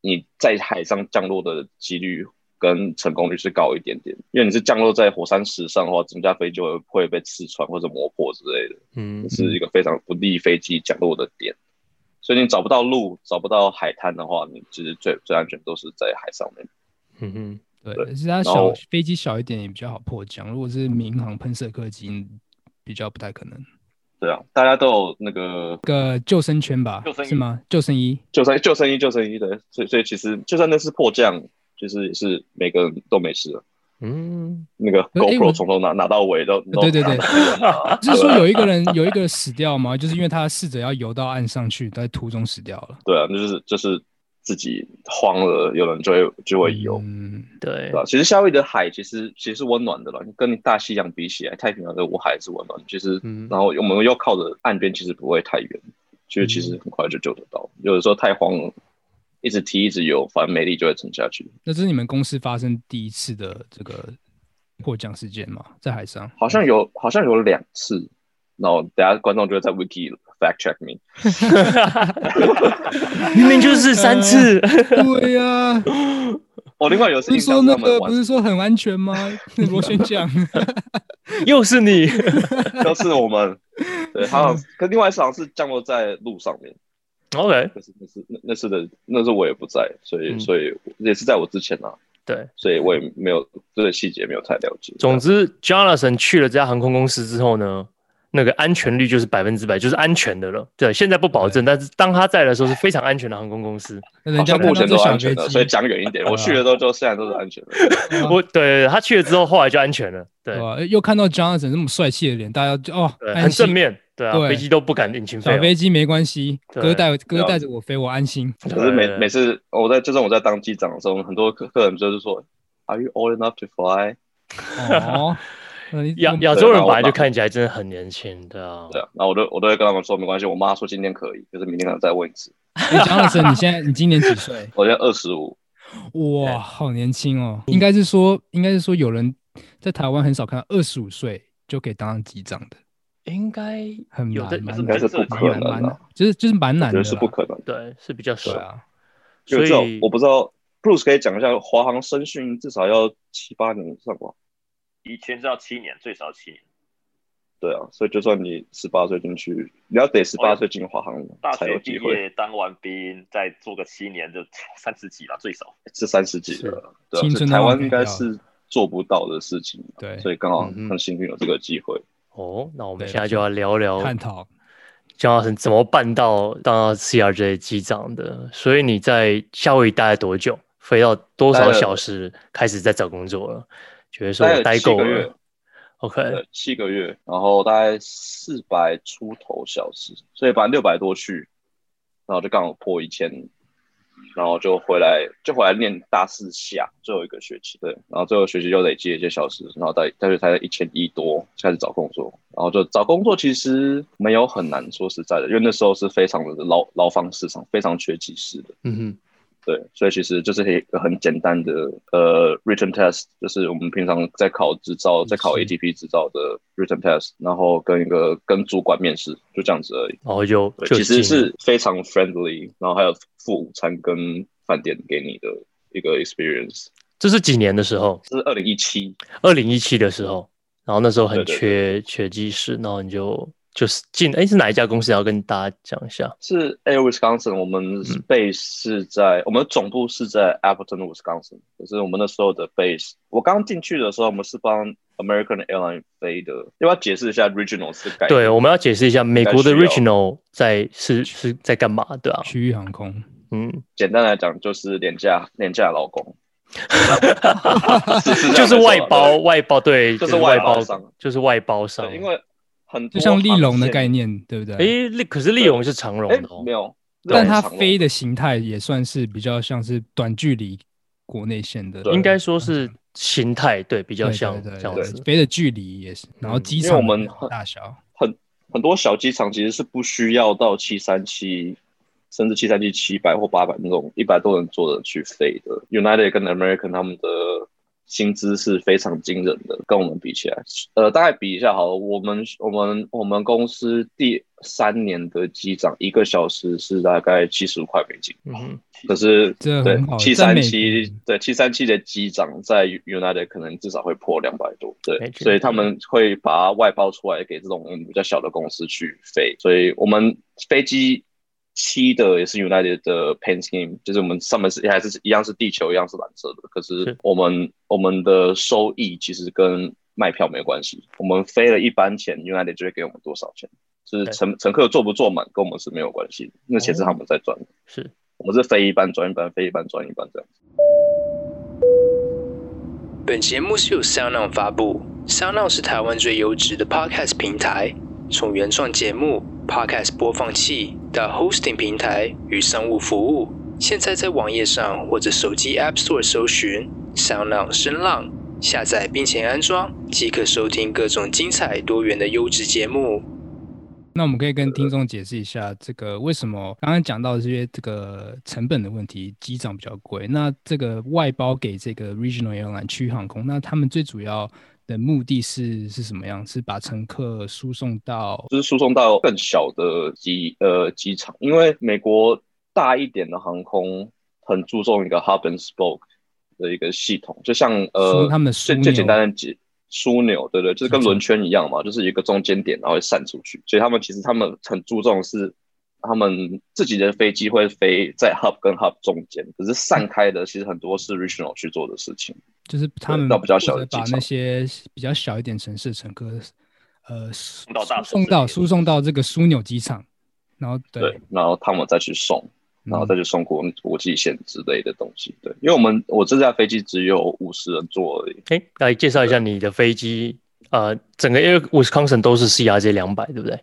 Speaker 5: 你在海上降落的几率跟成功率是高一点点，因为你是降落在火山石上的话，整架飞机会会被刺穿或者磨破之类的。
Speaker 4: 嗯，
Speaker 5: 是一个非常不利飞机降落的点，所以你找不到路、找不到海滩的话，你其实最最安全都是在海上面。
Speaker 4: 嗯哼，
Speaker 3: 对，
Speaker 5: 对
Speaker 3: 而且它
Speaker 5: 然
Speaker 3: 小
Speaker 5: 后
Speaker 3: 飞机小一点也比较好迫降，如果是民航喷射客机，比较不太可能。
Speaker 5: 对啊，大家都有那个
Speaker 3: 那个救生圈吧
Speaker 6: 救生，衣
Speaker 3: 是吗？救生衣，
Speaker 5: 救生救生衣、救生衣的，所以所以其实就算那是迫降，就是也是每个人都没事的。
Speaker 4: 嗯，
Speaker 5: 那个
Speaker 3: 可是哎我
Speaker 5: GoPro 从头拿拿到尾都，都
Speaker 3: 对对对
Speaker 5: 拿到尾啊
Speaker 3: 不是说有一个人有一个人死掉吗？就是因为他试着要游到岸上去，在途中死掉了。
Speaker 5: 对啊，那就是就是自己慌了，有人就会就会游。
Speaker 3: 嗯，
Speaker 4: 对
Speaker 5: 对吧？其实夏威夷的海其实其实是温暖的了，跟你大西洋比起来，太平洋的我海是温暖的。其实，
Speaker 4: 嗯
Speaker 5: 然后我们又靠着岸边，其实不会太远，就是其实很快就救得到。有的时候太慌了，一直踢一直游，反正没力就会沉下去。
Speaker 3: 那这是你们公司发生第一次的这个迫降事件吗？在海上？
Speaker 5: 好像有好像有两次，然后等下观众就会在 Wiki fact check me。
Speaker 4: 明明就是三次，
Speaker 3: 对呀、
Speaker 5: 哦，另外有一次
Speaker 3: 不
Speaker 5: 印
Speaker 3: 是
Speaker 5: 象
Speaker 3: 说
Speaker 5: 是
Speaker 3: 那
Speaker 5: 他们
Speaker 3: 个不
Speaker 5: 玩，
Speaker 3: 是说很安全吗？ 那螺旋 桨，
Speaker 4: 又是你，
Speaker 5: 都是我们，对，还有，可另外一场是降落在路上面。
Speaker 4: OK，
Speaker 5: 可是那是那那次的那次我也不在，所以、
Speaker 4: 嗯
Speaker 5: 所以也是在我之前啊，
Speaker 4: 对，
Speaker 5: 所以我也没有对细节没有太了解。
Speaker 4: 总之，Jonathan 去了这家航空公司之后呢，那个安全率就是百分之百，就是安全的了。对，现在不保证，但是当他在的时候是非常安全的航空公司。
Speaker 3: 那
Speaker 5: 好
Speaker 3: 人家
Speaker 5: 像
Speaker 3: 看
Speaker 5: 目
Speaker 3: 到
Speaker 5: 前
Speaker 3: 这
Speaker 5: 都
Speaker 3: 小
Speaker 5: 安
Speaker 3: 飞
Speaker 5: 全的，所以
Speaker 3: 机，
Speaker 5: 讲远一点。
Speaker 3: 啊
Speaker 5: 我去了都都现在都是安全的。
Speaker 3: 啊
Speaker 4: 我对他去了之后，后来就安全了。对
Speaker 3: 对吧？又看到 Johnson 那么帅气的脸，大家就哦，
Speaker 4: 对，
Speaker 3: 安
Speaker 4: 很
Speaker 3: 心
Speaker 4: 正。面。对啊，
Speaker 3: 对
Speaker 4: 飞机都不敢引擎
Speaker 5: 啊
Speaker 3: 小
Speaker 4: 飞啊
Speaker 3: 飞机没关系，
Speaker 4: 对
Speaker 3: 哥带
Speaker 5: 了
Speaker 3: 哥
Speaker 5: 解
Speaker 3: 带着我飞，我安 心。
Speaker 4: 哦。
Speaker 5: 可是每
Speaker 4: 对
Speaker 5: 每次我在就算我在当机长的时候，很多客客人就是说，Are you old enough to fly？
Speaker 3: 哦，那你
Speaker 4: 亚
Speaker 3: 我
Speaker 4: 亚洲人本来
Speaker 5: 对
Speaker 4: 就
Speaker 5: 老板
Speaker 4: 看起来真的很年轻，对啊，
Speaker 5: 对啊，然后我都我都会跟他们说没关系，我妈说今天可以，可是明天可能再问一次。
Speaker 3: 哎，Johnson，你现在你今年几 岁？
Speaker 5: 我现在二十五，
Speaker 3: 哇，好年轻哦！应该是说，应该是说，有人在台湾很少看到二十五岁就可以当上机长的，
Speaker 4: 应该
Speaker 3: 很
Speaker 4: 有的
Speaker 3: 难，
Speaker 4: 但
Speaker 3: 蛮
Speaker 4: 是
Speaker 5: 应该
Speaker 3: 难
Speaker 5: 是不可
Speaker 3: 蛮
Speaker 5: 能
Speaker 3: 难
Speaker 5: 的、
Speaker 3: 的，就是就是蛮
Speaker 5: 我
Speaker 3: 难的
Speaker 5: 觉得
Speaker 3: 啦，
Speaker 5: 是不可能。
Speaker 4: 对是比较
Speaker 3: 对
Speaker 4: 少。
Speaker 3: 啊，
Speaker 5: 就
Speaker 4: 所
Speaker 5: 这种
Speaker 4: 以
Speaker 5: 我不知道，Bruce 可以讲一下华航深训至少要七八年以上吧？
Speaker 6: 以前是要七年，最少七年。
Speaker 5: 对啊，所以就算你十八岁进去，你要得十八岁进华航
Speaker 6: 大
Speaker 5: 才有
Speaker 6: 学毕
Speaker 5: 机会，
Speaker 6: 业当完兵，再做个七年就三十几了，最少。
Speaker 5: 是三十几
Speaker 4: 是
Speaker 5: 了，对啊，
Speaker 3: 青
Speaker 5: 所以
Speaker 3: 春
Speaker 5: 台
Speaker 3: 都
Speaker 5: 湾
Speaker 3: 浪
Speaker 5: 应
Speaker 3: 费
Speaker 5: 该
Speaker 3: 掉了
Speaker 5: 是做不到的事情，啊
Speaker 3: 对
Speaker 5: 所以刚好
Speaker 4: 嗯哼
Speaker 5: 很幸运有这个机会。
Speaker 4: 哦，那我们
Speaker 3: 对
Speaker 4: 现在就要聊聊
Speaker 3: 探讨。
Speaker 4: Johnson 怎么办到当到 CRJ 机长的。所以你在夏威夷待了多久？飞到多
Speaker 5: 待
Speaker 4: 少
Speaker 5: 了
Speaker 4: 小时开始在找工作了？觉得说
Speaker 5: 待
Speaker 4: 我
Speaker 5: 了
Speaker 4: 待
Speaker 5: 七
Speaker 4: 够
Speaker 5: 个月
Speaker 4: 了。OK，
Speaker 5: 呃，七个月，然后大概四百出头小时，所以把六百多去，然后就刚好破一千，然后就回来就回来念大四下最后一个学期，对，然后最后学期就累积了一些小时，然后大大学才一千一多开始找工作，然后就找工作其实没有很难，说实在的，因为那时候是非常的劳劳方市场非常缺技师的。
Speaker 4: 嗯哼，
Speaker 5: 对，所以其实就是一个很简单的呃 written test，就是我们平常在考执照，在考
Speaker 3: 是
Speaker 5: ATP 执照的 written test，然后跟一个跟主管面试，就这样子而已。
Speaker 4: 然后就
Speaker 5: 对，
Speaker 4: 就
Speaker 5: 其
Speaker 4: 进
Speaker 5: 实
Speaker 4: 了
Speaker 5: 是非常 friendly，然后还有付午餐跟饭店给你的一个 experience。
Speaker 4: 这是几年的时候，
Speaker 5: 这是二零一七，
Speaker 4: 二零一七的时候，然后那时候很
Speaker 5: 对对
Speaker 4: 缺缺技师，然后你就就是进，哎，是哪一家公司？要跟大家讲一下。
Speaker 5: 是 Air Wisconsin，我们
Speaker 4: 嗯
Speaker 5: base 是在、我们的总部是在 Appleton Wisconsin，就是我们那时候的 base。我刚进去的时候，我们是帮 American Airline 飞的。要不要解释一下 regional 是改？
Speaker 4: 对，我们要解释一下美国的
Speaker 5: 应该
Speaker 4: regional 在是是在干嘛，对啊，
Speaker 3: 区域航空，
Speaker 4: 嗯，
Speaker 5: 简单来讲就是廉价廉价劳 工，是是这 样
Speaker 4: 就是
Speaker 5: 没错
Speaker 4: 外
Speaker 5: 对
Speaker 4: 包外包，对，
Speaker 5: 就是
Speaker 4: 是
Speaker 5: 外包
Speaker 4: 包
Speaker 5: 商，
Speaker 4: 就是外包商，
Speaker 5: 对因为很
Speaker 3: 就
Speaker 5: 多
Speaker 3: 像利龙的
Speaker 5: 航线
Speaker 3: 概，念，对不对？
Speaker 4: 诶，利可是利荣是长荣
Speaker 5: 哎
Speaker 4: 的、哦，
Speaker 5: 没有，
Speaker 3: 但
Speaker 5: 对
Speaker 3: 它
Speaker 5: 长哦龙
Speaker 3: 飞的形态也算是比较像是短距离国内线的，
Speaker 4: 应该说是
Speaker 5: 嗯
Speaker 4: 形态对比较
Speaker 3: 对
Speaker 4: 像
Speaker 3: 对对
Speaker 4: 这样
Speaker 3: 对
Speaker 4: 子，
Speaker 3: 飞的距离也是，然后
Speaker 4: 嗯
Speaker 3: 机
Speaker 5: 因为
Speaker 3: 场
Speaker 5: 我们
Speaker 3: 的大小，
Speaker 5: 很很多小机场其实是不需要到七三七，甚至七三七七百或八百那种一百多人坐的去飞的。United 跟 American 他们的薪资是非常惊人的，跟我们比起来，呃，大概比一下好了。我们我们我们公司第三年的机长一个小时是大概七十五块美金，
Speaker 4: 嗯哼，
Speaker 5: 可是
Speaker 3: 这
Speaker 5: 对
Speaker 3: 很好
Speaker 5: 七
Speaker 3: 在
Speaker 5: 三
Speaker 3: 美
Speaker 5: 七
Speaker 3: 国
Speaker 5: 对七三七的机长在 United 可能至少会破两百多，
Speaker 4: 没
Speaker 5: 对，
Speaker 4: 错
Speaker 5: 所以他们会把它外包出来给这种比较小的公司去飞，所以我们飞机七的也是 United 的 paint scheme，就是我们上面是还是一样是地球一样是蓝色的，可是
Speaker 4: 是
Speaker 5: 我们我们的收益其实跟卖票没有关系，我们飞了一班钱，United 就会给我们多少钱。就是
Speaker 4: 对
Speaker 5: 乘乘客坐不坐满跟我们是没有关系的，那钱是他们在赚的。
Speaker 4: 是
Speaker 5: 我们是飞一班转一班，飞一班转一班这样。
Speaker 7: 本节目是由 SoundOn 发布，SoundOn 是台湾最优质的 Podcast 平台，从原创节目、Podcast 播放器到 Hosting 平台与商务服务，现在在网页上或者手机 App Store 搜寻 SoundOn 声浪，下载并且安装，即可收听各种精彩多元的优质节目。
Speaker 3: 那我们可以跟听众解释一下，这个为什么刚刚讲到的这些这个成本的问题，机长比较贵。那这个外包给这个 regional airline 区域航空，那他们最主要的目的是是什么样？是把乘客输送到
Speaker 5: 就是输送到更小的机呃机场，因为美国大一点的航空很注重一个 hub and spoke 的一个系统，就像
Speaker 3: 说
Speaker 5: 呃
Speaker 3: 他们的枢
Speaker 5: 最
Speaker 3: 纽
Speaker 5: 最简单的几枢纽，对对，就是跟
Speaker 3: 没错
Speaker 5: 轮圈一样嘛，就是一个中间点，然后会散出去。所以他们其实他们很注重的是他们自己的飞机会飞在 hub 跟 hub 中间，可是散开的其实很多是 regional 去做的事情。
Speaker 3: 就是他们
Speaker 5: 到比较小
Speaker 3: 负责
Speaker 5: 的机
Speaker 3: 把
Speaker 5: 场
Speaker 3: 那些比较小一点城市的乘客，呃，输
Speaker 6: 到大城市
Speaker 3: 送到
Speaker 6: 里
Speaker 3: 输送到这个枢纽机场，然后对，
Speaker 5: 对，然后他们再去送，然后
Speaker 3: 嗯
Speaker 5: 再去送国国际线之类的东西。对，因为我们我这架飞机只有五十人坐而已，
Speaker 4: 哎，来介绍一下你的飞机，呃，整个 Air Wisconsin 都是 CRJ 两百，对不对？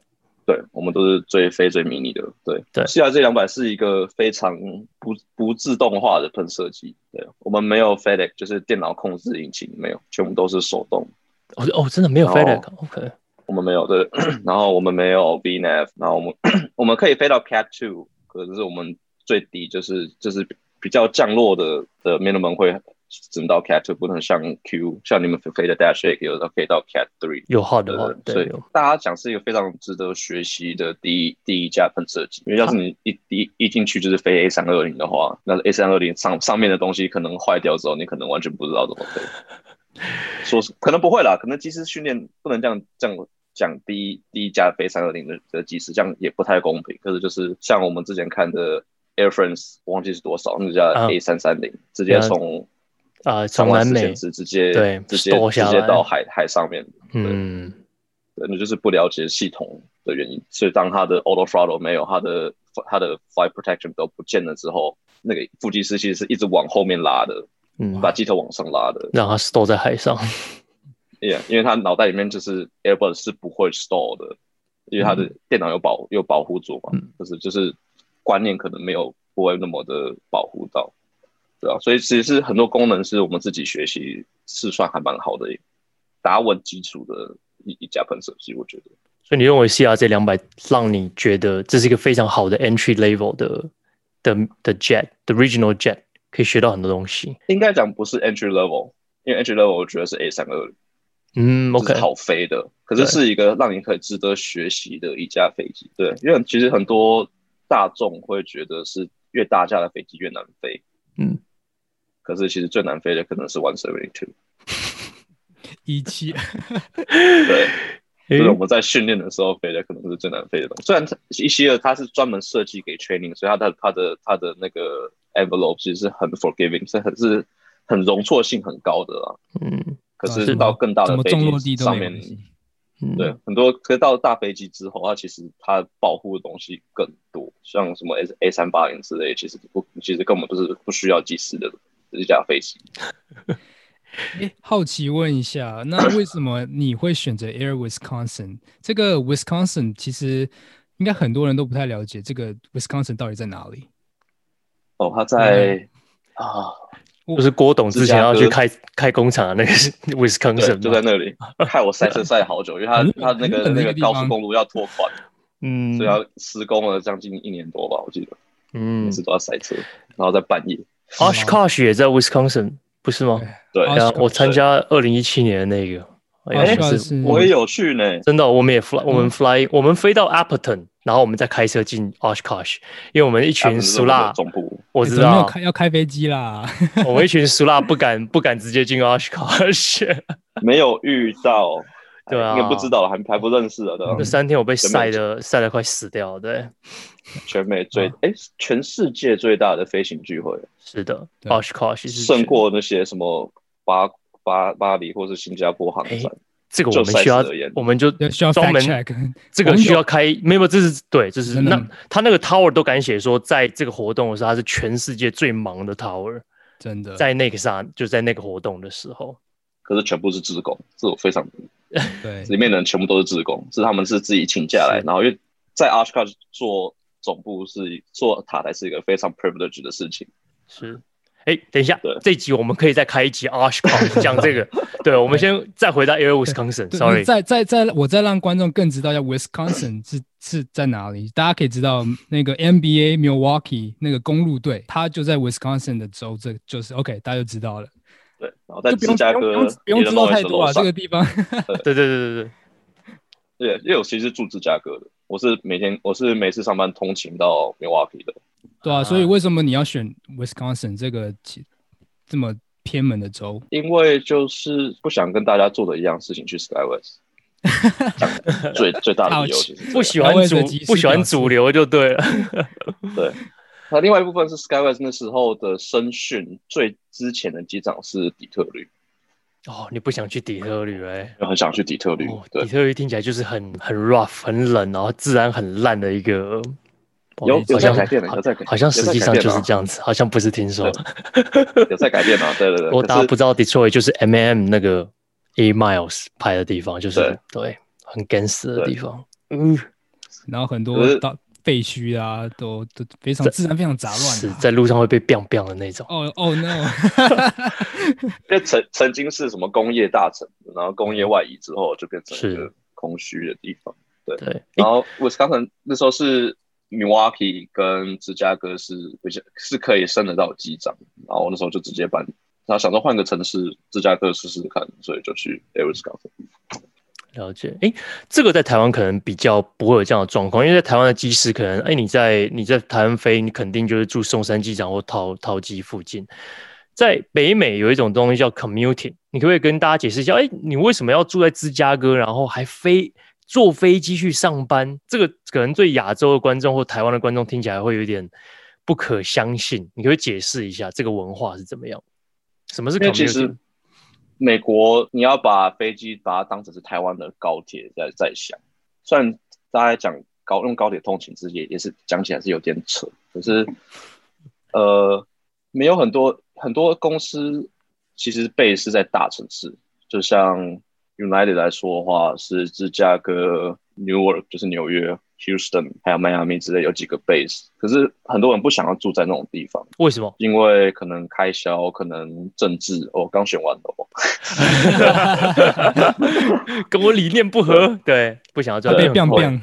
Speaker 5: 对，我们都是最飞最迷你的。对
Speaker 4: 对
Speaker 5: ，CRJ 两百是一个非常不不自动化的喷射机。对，我们没有 FedEx，就是电脑控制引擎没有，全部都是手动。
Speaker 4: 哦哦，真的没有
Speaker 5: 哦
Speaker 4: FedEx，OK，、
Speaker 5: 我们没有对， 然后我们没有 VNAV，然后我们 我们可以飞到 Cat Two，可是我们最低就是就是比较降落的的 minimum 会只能到 Cat Two，不能像 Q，像你们飞的 Dash Eight 有的可以到 Cat Three。
Speaker 4: 有号的话
Speaker 5: 呃，，所
Speaker 4: 对，
Speaker 5: 以
Speaker 4: 有
Speaker 5: 大家讲是一个非常值得学习的第一第一架喷射机，
Speaker 4: 嗯
Speaker 5: 因为要是你一一一进去就是飞 A 三二零的话，那 A 三二零上上面的东西可能坏掉之后，你可能 完全不知道怎么飞。说是可能不会啦，可能机师训练不能这样这样讲第一第一架飞三二零的的机师，这样也不太公平。可是就是像我们之前看的 Air France，我忘记是多少，那架
Speaker 4: 啊
Speaker 5: A 三三零直接
Speaker 4: 了解
Speaker 5: 从
Speaker 4: 啊
Speaker 5: 上
Speaker 4: 从
Speaker 5: 万
Speaker 4: 南
Speaker 5: 四
Speaker 4: 美
Speaker 5: 千，尺直接
Speaker 4: 对
Speaker 5: 直接
Speaker 4: 躲
Speaker 5: 直
Speaker 4: 下
Speaker 5: 接
Speaker 4: 来
Speaker 5: 到海海上面，
Speaker 4: 嗯，
Speaker 5: 对，那就是不了解系统的原因。所以当他的 auto throttle 没有，他的他的 flight protection 都不见了之后，那个副机师其实是一直往后面拉的，
Speaker 4: 嗯
Speaker 5: 把机头往上拉的。
Speaker 4: 让它 store 在海上。
Speaker 5: Yeah，因为他脑袋里面就是 Airbus 是不会 store 的，因为他的电脑有保有保护组嘛，就是就是观念可能没有不会那么的保护到，对啊，所以其实是很多功能是我们自己学习是算还蛮好的，打稳基础的一一家喷手机，我觉得。
Speaker 4: 所以你认为 CRJ 两百让你觉得这是一个非常好的 entry level 的的的 jet 的 regional jet，可以学到很多东西。
Speaker 5: 应该讲不是 entry level，因为 entry level 我觉得是 A 三二
Speaker 4: 嗯
Speaker 5: 这
Speaker 4: ，OK，
Speaker 5: 是好飞的，可是
Speaker 4: 对
Speaker 5: 是一个让你可以值得学习的一架飞机。对，因为其实很多大众会觉得是越大架的飞机越难飞，
Speaker 4: 嗯，
Speaker 5: 可是其实最难飞的可能是 One Seventy Two。
Speaker 3: 一七，
Speaker 5: 对，
Speaker 4: 诶
Speaker 5: 就是我们在训练的时候飞的可能是最难飞的东西。虽然它一七二它是专门设计给 training，所以它的它的它的那个 envelope 其实是很 forgiving，是很是很容错性很高的啦。
Speaker 4: 嗯
Speaker 5: 可
Speaker 3: 啊
Speaker 5: 是到更大
Speaker 3: 怎
Speaker 5: 的
Speaker 3: 么
Speaker 5: 飞
Speaker 3: 重落地
Speaker 5: 机
Speaker 3: 都
Speaker 5: 上
Speaker 3: 没
Speaker 5: 面
Speaker 3: 关，系。
Speaker 4: 嗯，
Speaker 5: 对，很多可是到大飞机之后，它其实它保护的东西更多，像什么 S A 三八零之类，其实不，其实根本就是不需要技师的一架飞机。
Speaker 3: 诶好奇问一下， 那为什么你会选择 Air Wisconsin？这个 Wisconsin 其实应该很多人都不太了解，这个 Wisconsin 到底在哪里？
Speaker 5: 哦，它
Speaker 3: 嗯
Speaker 5: 在、啊，
Speaker 4: 就是郭董之前要去
Speaker 5: 芝加哥
Speaker 4: 开开工厂啊的那个是 Wisconsin，
Speaker 5: 对，
Speaker 4: 嘛
Speaker 5: 就在那里，害我赛车赛好久，因为它
Speaker 3: 很
Speaker 5: 它那个
Speaker 3: 很远的
Speaker 5: 那个
Speaker 3: 一个地
Speaker 5: 高
Speaker 3: 方
Speaker 5: 速公路要拓宽，
Speaker 4: 嗯
Speaker 5: 所以要施工了将近一年多吧，我记得每
Speaker 4: 嗯
Speaker 5: 次都要赛车，然后在半夜。
Speaker 4: ，Oshkosh 也在 Wisconsin 不是吗？
Speaker 5: 对，
Speaker 3: 啊
Speaker 4: 对啊
Speaker 3: Oshkosh
Speaker 4: 我参加二零一七年的那个，哎好像
Speaker 3: Oshkosh 是
Speaker 5: 我也有去呢。
Speaker 4: 真的，我们也 fly，我们
Speaker 3: 嗯
Speaker 4: fly，我们飞到 Appleton，然后我们再开车进 Oshkosh，因为我们一群苏
Speaker 5: 拉
Speaker 4: 辣，
Speaker 5: 总部，
Speaker 4: 我
Speaker 3: 诶
Speaker 4: 知
Speaker 3: 怎么没有
Speaker 4: 道，
Speaker 3: 开要开飞机啦？
Speaker 4: 我们一群苏辣不敢不敢直接进 Oshkosh，
Speaker 5: 没有遇到，哎
Speaker 4: 对啊
Speaker 5: 应该不知道了，还还不认识了，对吧
Speaker 3: 嗯
Speaker 4: 这？三天我被
Speaker 5: 真的
Speaker 4: 晒的晒的快死掉，对，
Speaker 5: 全美最
Speaker 4: 嗯
Speaker 5: 哎、全世界最大的飞行聚会，
Speaker 4: 是的
Speaker 3: 对
Speaker 4: ，Oshkosh 是
Speaker 5: 胜过那些什么巴巴巴黎或是新加坡航
Speaker 4: 哎
Speaker 5: 站。
Speaker 4: 这个，
Speaker 5: 就
Speaker 4: 我们需要
Speaker 5: size 而言，
Speaker 4: 我们就
Speaker 3: 对需要
Speaker 4: 专
Speaker 3: fact
Speaker 4: 门
Speaker 3: check。
Speaker 4: 这个需要开，没有，这是对，这是
Speaker 3: 真的
Speaker 4: 那他那个 tower 都敢写说，在这个活动的时候，他是全世界最忙的 tower，
Speaker 3: 真的，
Speaker 4: 在那个啥，就在那个活动的时候，
Speaker 5: 可是全部是职工，这我非常
Speaker 3: 对
Speaker 5: 里面的人全部都是职工，是他们是自己请假来，
Speaker 4: 是
Speaker 5: 然后因为在 Oshkosh 做总部是做塔台是一个非常 privilege 的事情，
Speaker 4: 是。哎，等一下
Speaker 5: 对，
Speaker 4: 这集我们可以再开一集 Oshkosh 讲 这个。对，我们先再回到 Air
Speaker 3: 对
Speaker 4: Wisconsin，sorry。
Speaker 3: 再再再，我再让观众更知道一下 Wisconsin 是是在哪里。大家可以知道，那个 NBA Milwaukee 那个公路队，它就在 Wisconsin 的州，这就是 OK，大家就知道了。
Speaker 5: 对，然后在
Speaker 3: 就不
Speaker 5: 芝
Speaker 3: 用
Speaker 5: 加哥
Speaker 3: 不用不用知道太多啊，这个地方
Speaker 4: 对对对对对，
Speaker 5: 对，因为我其实是住芝加哥的，我是每天我是每次上班通勤到 Milwaukee 的，
Speaker 3: 对啊。所以为什么你要选 Wisconsin 这个其这么偏门的州？
Speaker 5: 因为就是不想跟大家做的一样事情去 Skywest，讲最最大的理由就是这样
Speaker 4: 不喜欢
Speaker 3: 台湾
Speaker 4: 主
Speaker 3: 的集市
Speaker 4: 不喜欢
Speaker 3: 表示
Speaker 4: 主流就对 了。
Speaker 5: 对，那另外一部分是 Skywest 那时候的声训，最之前的机长是底特律，
Speaker 4: 哦，你不想去底特律哎？
Speaker 5: 我很想去底特律。
Speaker 4: 哦，
Speaker 5: 对
Speaker 4: 底，特律听起来就是很很 rough、很冷，然后治安很烂的一个。哦
Speaker 5: 有
Speaker 4: 好
Speaker 5: 有在
Speaker 4: 像
Speaker 5: 改变了，
Speaker 4: 好
Speaker 5: 有在改，
Speaker 4: 好像实际上就是这
Speaker 5: 样，
Speaker 4: 样子，好像不是听说。
Speaker 5: 有在改变啊，对对对。
Speaker 4: 如果
Speaker 5: 可
Speaker 4: 大家
Speaker 5: 是
Speaker 4: 不知道 Detroit 就是 M M 那个 A Miles 拍的地方，就是
Speaker 5: 对
Speaker 4: 对很 gangster 的
Speaker 5: 对
Speaker 4: 地方。嗯，
Speaker 3: 然后很
Speaker 5: 可
Speaker 3: 多
Speaker 5: 是
Speaker 3: 到废墟啊，都都非常
Speaker 4: 在
Speaker 3: 自然非常杂
Speaker 4: 是
Speaker 3: 乱啊。
Speaker 4: 在路上会被 biang biang 的那种。
Speaker 3: 哦哦 no，
Speaker 5: 因为曾曾经是什么工业大城，然后工业外移之后就变成一个
Speaker 4: 是
Speaker 5: 空虚的地方。
Speaker 4: 对，诶
Speaker 5: 然后 Wisconsin 那时候是 Milwaukee 跟芝加哥是比较是可以升得到机长，然后我那时候就直接搬，然后想说换个城市，芝加哥试试看，所以就去 Wisconsin。
Speaker 4: 了解，哎，这个在台湾可能比较不会有这样的状况，因为在台湾的机师可能，哎，你在你在台湾飞，你肯定就是住松山机场或桃桃机附近。在北美有一种东西叫 commuting，你可不可以跟大家解释一下？哎，你为什么要住在芝加哥，然后还飞坐飞机去上班，这个可能对亚洲的观众或台湾的观众听起来会有点不可相信。你可不可以解释一下这个文化是怎么样？什么是
Speaker 5: 因为其实
Speaker 4: commuting？
Speaker 5: 美国你要把飞机把它当成是台湾的高铁在在想，虽然大家讲高用高铁通勤，其实也也是讲起来是有点扯，可 是呃，没有很多很多公司其实背是在大城市，就像 United 来说的话，是芝加哥、Newark 就是纽约、Houston 还有迈阿密之类有几个 base，可是很多人不想要住在那种地方。
Speaker 4: 为什么？
Speaker 5: 因为可能开销，可能政治，哦，刚选完的哦，
Speaker 4: 跟我理念不合， 对，不想要
Speaker 3: 他
Speaker 4: 赚
Speaker 3: 被
Speaker 4: 变
Speaker 3: biang
Speaker 4: 变。
Speaker 3: biang，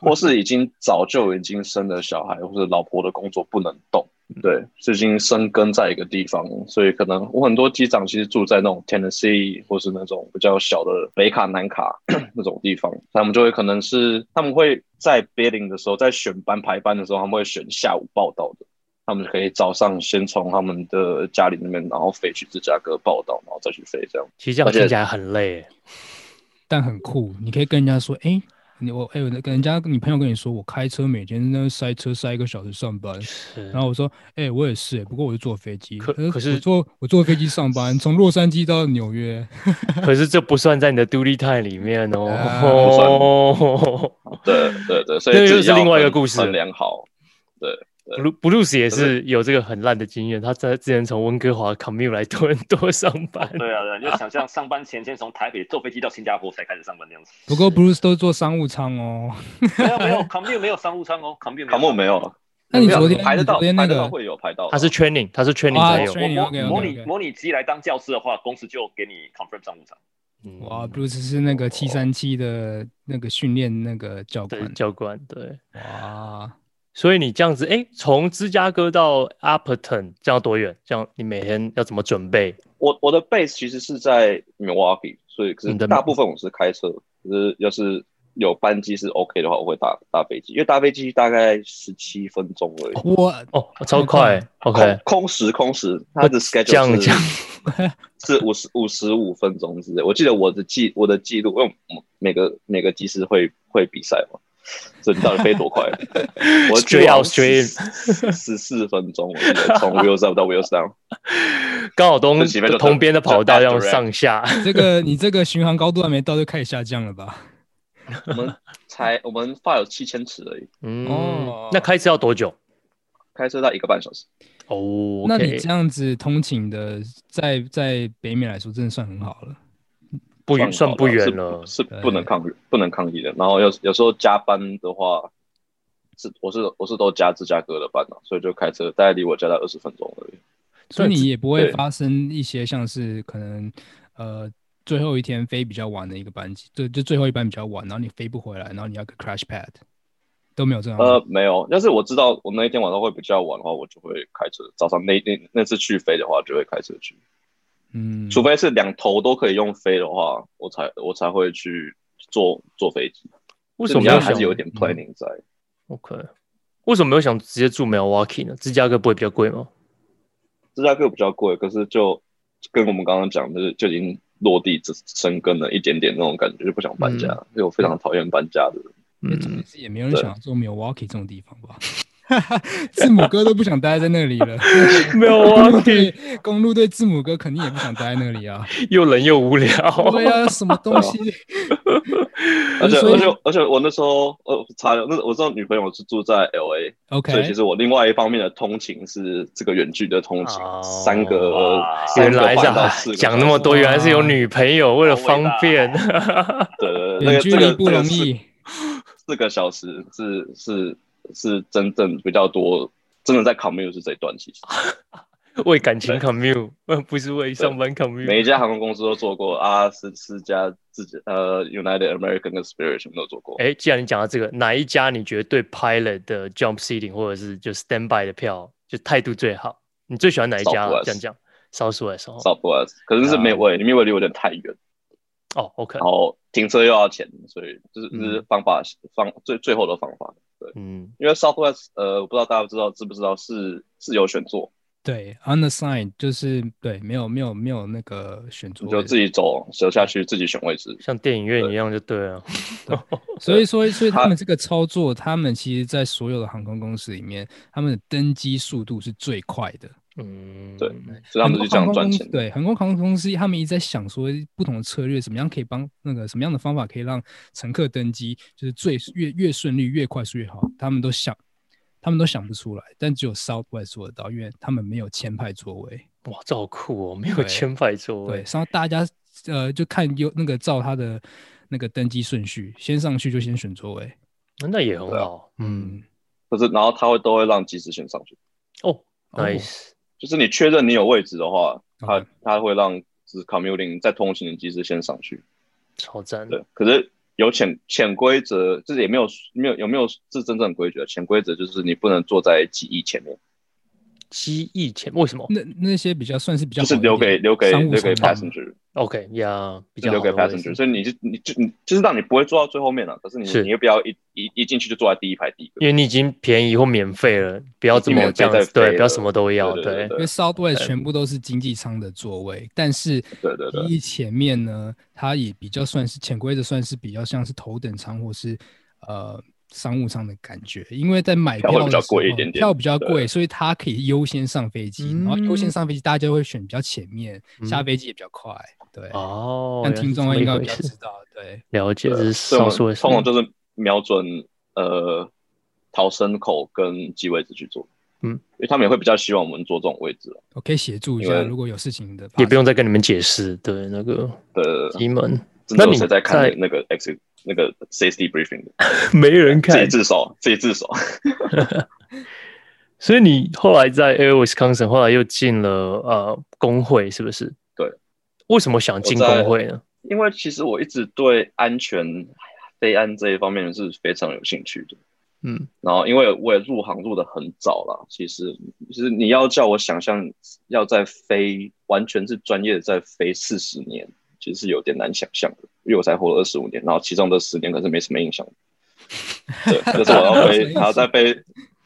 Speaker 5: 或是已经早就已经生了小孩，或者老婆的工作不能动，对，是已经生根在一个地方，所以可能我很多机长其实住在那种 Tennessee 或是那种比较小的北卡南卡 那种地方，他们就会可能是他们会在 bidding 的时候，在选班排班的时候，他们会选下午报道的。他们可以早上先从他们的家里那边，然后飞去芝加哥报道，然后再去飞这样。
Speaker 4: 其实这样
Speaker 5: 而且
Speaker 4: 听起来很累，
Speaker 3: 但很酷。你可以跟人家说，哎、你我哎，我跟人家你朋友跟你说，我开车每天那塞车塞一个小时上班，
Speaker 4: 是
Speaker 3: 然后我说，哎、我也是、不过我是坐飞机，
Speaker 4: 可可
Speaker 3: 我
Speaker 4: 是
Speaker 3: 坐我坐飞机上班，从洛杉矶到纽约，
Speaker 4: 可是这不算在你的 duty time 里面哦。
Speaker 3: 啊
Speaker 4: 哦
Speaker 5: 对对对，所以
Speaker 4: 这又
Speaker 5: 自己
Speaker 4: 是
Speaker 5: 要
Speaker 4: 另外一个
Speaker 5: 衡
Speaker 4: 故事
Speaker 5: 衡量好。
Speaker 4: Blue Blues 也是有这个很烂的经验，他在之前从温哥华 commute 来多伦多上班，
Speaker 6: 对啊，对啊，你就想象上班前先从台北坐飞机到新加坡才开始上班这样子。
Speaker 3: 不过 Bruce 都坐商务舱哦。
Speaker 6: 没有 没有 c o m m u t e 没有商务舱哦 c o m m u t e
Speaker 5: 卡莫没有，啊
Speaker 3: 那你
Speaker 5: 没有
Speaker 3: 昨天
Speaker 5: 排得
Speaker 3: 你
Speaker 5: 到，
Speaker 3: 昨天那
Speaker 5: 排得
Speaker 3: 个
Speaker 5: 到会有排到的，啊
Speaker 4: 他是 training，他是 training
Speaker 3: 啊
Speaker 4: 才有。
Speaker 3: training
Speaker 6: 模
Speaker 3: OK，OK，OK
Speaker 6: 模拟模拟机来当教师的话，公司就给你 confirm 商务舱。
Speaker 4: 嗯
Speaker 3: 哇，Bruce 是那个七三七的那个训练那个教
Speaker 4: 对
Speaker 3: 官，
Speaker 4: 教官对，
Speaker 3: 哇，
Speaker 4: 所以你这样子，哎，从芝加哥到 Appleton 这样多远？这样你每天要怎么准备？
Speaker 5: 我我的 base 其实是在 Milwaukee，所以可
Speaker 4: 你
Speaker 5: 是
Speaker 4: 的
Speaker 5: 大部分我是开车，可是要是有班机是 OK 的话，我会搭搭飞机，因为搭飞机大概十七分钟而已。
Speaker 3: 我
Speaker 4: 哦，超 快，OK，
Speaker 5: 空空时空时，它的
Speaker 4: 降
Speaker 5: schedule 是
Speaker 4: 降
Speaker 5: 是五十五十五分钟之类。我记得我的记我的记录，因为我们每个每个技师会会比赛嘛，所以你到底飞多 快？我记
Speaker 4: Straight
Speaker 5: 得
Speaker 4: out, straight
Speaker 5: 十四分钟，我记 得从 wheels up 到 wheels down。
Speaker 4: 刚好东
Speaker 5: 这几分钟
Speaker 4: 同边的跑道
Speaker 5: 就
Speaker 4: 要
Speaker 5: direct
Speaker 4: 上下，
Speaker 3: 这个你这个巡航高度还没到就开始下降了吧？
Speaker 5: 我们才我们发有七千尺而已，
Speaker 4: 嗯，
Speaker 3: 哦
Speaker 4: 那开车要多久？
Speaker 5: 开车到一个半小时。
Speaker 4: 哦，
Speaker 3: 那你这样子通勤的，在在北美来说，真的算很好了。
Speaker 4: 不远，算不远
Speaker 5: 啊是
Speaker 4: 了。
Speaker 5: 是不能抗不能抗议的。然后有有时候加班的话，是我是我是都加芝加哥的班的，所以就开车，大概离我家在二十分钟而已。
Speaker 3: 所以你也不会
Speaker 5: 对
Speaker 3: 发生一些像是可能呃最后一天飞比较晚的一个班机，就就最后一班比较晚，然后你飞不回来，然后你要个 crash pad，都没有这样。
Speaker 4: 嗯
Speaker 5: 呃，没有，要是我知道我那一天晚上会比较晚的话，我就会开车。早上那那那次去飞的话，就会开车去，
Speaker 3: 嗯，
Speaker 5: 除非是两头都可以用飞的话，我才我才会去坐坐飞机。
Speaker 4: 为什么没
Speaker 5: 就你要
Speaker 4: 有
Speaker 5: 还
Speaker 4: 想嗯
Speaker 5: 是有点 planning 在？
Speaker 4: OK？为什么没有想直接住 Milwaukee 呢？芝加哥不会比较贵吗？
Speaker 5: 芝加哥比较贵，可是就跟我们刚刚讲的，就已经落地生生根了一点点那种感觉，就不想搬家，因为我非常讨厌搬家的人。
Speaker 3: 也
Speaker 4: 嗯，
Speaker 3: 是也没有人想要做 Milwaukee 这种地方吧。 字母哥都不想待在那里了
Speaker 4: Milwaukee
Speaker 3: 对 公路对字母哥肯定也不想待在那里啊。
Speaker 4: 又冷又无聊。
Speaker 3: 对啊，什么东西？
Speaker 5: 哦 而且
Speaker 3: 嗯所以
Speaker 5: 而且而且我那时候呃，差点那我知道女朋友是住在 L A，
Speaker 3: OK，
Speaker 5: 所以其实我另外一方面的通勤是这个远距的通勤，
Speaker 4: 哦
Speaker 5: 三个
Speaker 6: 哇
Speaker 5: 三
Speaker 4: 原
Speaker 5: 个
Speaker 4: 来是
Speaker 5: 半到
Speaker 4: 啊
Speaker 5: 四个
Speaker 4: 讲那么
Speaker 5: 小时
Speaker 4: 多，原来是有女朋友，为了方便。
Speaker 5: 对对对，那
Speaker 3: 远
Speaker 5: 个
Speaker 3: 距
Speaker 5: 这
Speaker 3: 离
Speaker 5: 个
Speaker 3: 不容易。
Speaker 5: 四个小时是是是真正比较多，真的在 commute 是这一段其实。
Speaker 4: 为感情 commute，呃不是为上班 commute。
Speaker 5: 每一家航空公司都做过，阿斯斯加自己呃 United American 跟 Spirit 全部都做过。
Speaker 4: 哎，既然你讲到这个，哪一家你觉得对 pilot 的 jump seating 或者是就 standby 的票就态度最好？你最喜欢哪一家？啊
Speaker 5: Southwest
Speaker 4: 这样讲，Southwest 哦
Speaker 5: Southwest 可
Speaker 3: 啊
Speaker 5: 是是美味，因为离我有点太远，
Speaker 4: 哦，OK，
Speaker 5: 然后停车又要钱，所以就是
Speaker 4: 嗯
Speaker 5: 这是方法方最最后的方法。
Speaker 4: 嗯，
Speaker 5: 因为 Southwest 呃，我不知道大家知道知不知道是自由选座，
Speaker 3: 对，unassigned 就是对，没有没有没有那个选座
Speaker 5: 你
Speaker 3: 位
Speaker 5: 就
Speaker 3: 的
Speaker 5: 自己走走下去，自己选位置。
Speaker 4: 像电影院一样就对了。
Speaker 3: 所以说，所以他
Speaker 5: 他
Speaker 3: 们这个操作，他们其实在所有的航空公司里面，他们的登机速度是最快的。
Speaker 4: 嗯，
Speaker 5: 对所以他们是这样赚钱的。
Speaker 3: 对，很多航空公司他们一直在想说不同的策略，怎么样可以帮那个什么样的方法可以让乘客登机就是最越越顺利、越快速越好，他们都想，他们都想不出来，但只有 Southwest 做得到，因为他们没有签派座位。
Speaker 4: 哇，这好酷哦，没有
Speaker 3: 对
Speaker 4: 千百座
Speaker 3: 对，
Speaker 4: 位，
Speaker 3: 然后大家呃就看有那个照他的那个登机顺序，先上去就先选座位。
Speaker 4: 那也很
Speaker 5: 对啊
Speaker 4: 好。
Speaker 3: 嗯，
Speaker 5: 可是然后他会都会让机师先上去，
Speaker 4: 哦
Speaker 3: 哦
Speaker 4: ，nice，
Speaker 5: 就是你确认你有位置的话，他
Speaker 3: OK
Speaker 5: 他会让就是 commuting 在通勤的机师先上去。
Speaker 4: 超赞。
Speaker 5: 对，可是有潜潜规则，就是也没有没有有没有是真正的规啊则，潜规则就是你不能坐在机翼前面，
Speaker 4: 机翼前为
Speaker 5: 嗯
Speaker 4: 什么
Speaker 3: 那那些比较算是比较
Speaker 5: 就
Speaker 3: 好
Speaker 5: 是
Speaker 3: 一
Speaker 5: 留
Speaker 3: 点
Speaker 5: 给留给
Speaker 3: 商务
Speaker 5: 留给
Speaker 3: 舱吧
Speaker 5: passenger，
Speaker 4: ？OK 呀，比
Speaker 5: 就
Speaker 4: 较
Speaker 5: 留给
Speaker 4: 好的位
Speaker 5: passenger，
Speaker 4: 置
Speaker 5: 所以你就你就你就是让你不会坐到最后面了、可是你
Speaker 4: 是
Speaker 5: 你又不要一一一进去就坐在第一排第一个
Speaker 4: 因，为你已经便宜或免费了，不要这么
Speaker 5: 免费
Speaker 4: 这样
Speaker 5: 再
Speaker 4: 子，对，
Speaker 5: 飞
Speaker 4: 不要
Speaker 5: 了
Speaker 4: 什么都要，
Speaker 5: 对对
Speaker 3: 因
Speaker 5: 对
Speaker 3: 为 Southwest 全部都是经济舱的座位，但是
Speaker 5: 对对对
Speaker 3: 一前面呢，它也比较算是潜规则，算是比较像是头等舱或是呃商务舱的感觉，因为在买
Speaker 5: 票
Speaker 3: 票
Speaker 5: 会
Speaker 3: 的
Speaker 5: 比较
Speaker 3: 时
Speaker 5: 贵一
Speaker 3: 候
Speaker 5: 点点
Speaker 3: 票比较
Speaker 5: 对
Speaker 3: 贵，所以它可以优先上飞机，然后优先
Speaker 4: 嗯
Speaker 3: 上飞机，大家会选比较前面，下
Speaker 4: 嗯
Speaker 3: 飞机也比较快，对。
Speaker 4: 哦，
Speaker 3: 但
Speaker 4: 原来
Speaker 3: 听
Speaker 4: 是这
Speaker 3: 众
Speaker 4: 么
Speaker 3: 应
Speaker 4: 一
Speaker 3: 该
Speaker 4: 回
Speaker 3: 比较
Speaker 4: 事
Speaker 3: 知道，对，
Speaker 4: 了解，这是
Speaker 5: 所以
Speaker 4: 少
Speaker 5: 我
Speaker 4: 数
Speaker 5: 们
Speaker 4: 的
Speaker 5: 通常
Speaker 4: 事
Speaker 5: 就是瞄准呃逃生口跟机位置去做，
Speaker 4: 嗯，
Speaker 5: 因为他们也会比较希望我们坐这种位置了，啊
Speaker 3: 我可以协助一
Speaker 5: 因
Speaker 3: 下，
Speaker 5: 为
Speaker 3: 如果有事情的，
Speaker 4: 嗯 也不。用再跟你们解释，对那个
Speaker 5: 对对对
Speaker 4: 机门
Speaker 5: 真
Speaker 4: 那
Speaker 5: 的有
Speaker 4: 你
Speaker 5: 谁在看
Speaker 4: 在
Speaker 5: 那个 exit 那个 safety briefing 的？
Speaker 4: 没人
Speaker 5: 自己
Speaker 4: 看，
Speaker 5: 自首，自己自首。
Speaker 4: 所以你后来在 Air Wisconsin，后来又进了呃工会，是不是？
Speaker 5: 对，
Speaker 4: 为什么想进
Speaker 5: 我在
Speaker 4: 工会呢？
Speaker 5: 因为其实我一直对安全、飞安这一方面是非常有兴趣的。
Speaker 4: 嗯，
Speaker 5: 然后，因为我也入行入的很早啦，其实其实你要叫我想象要在飞，完全是专业的在飞四十年，其实是有点难想象的，因为我才活了二十五年，然后其中的十年可是没什么印象。对，就是我要
Speaker 3: 没什么
Speaker 5: 飞，
Speaker 3: 印
Speaker 5: 然后再
Speaker 3: 象
Speaker 5: 飞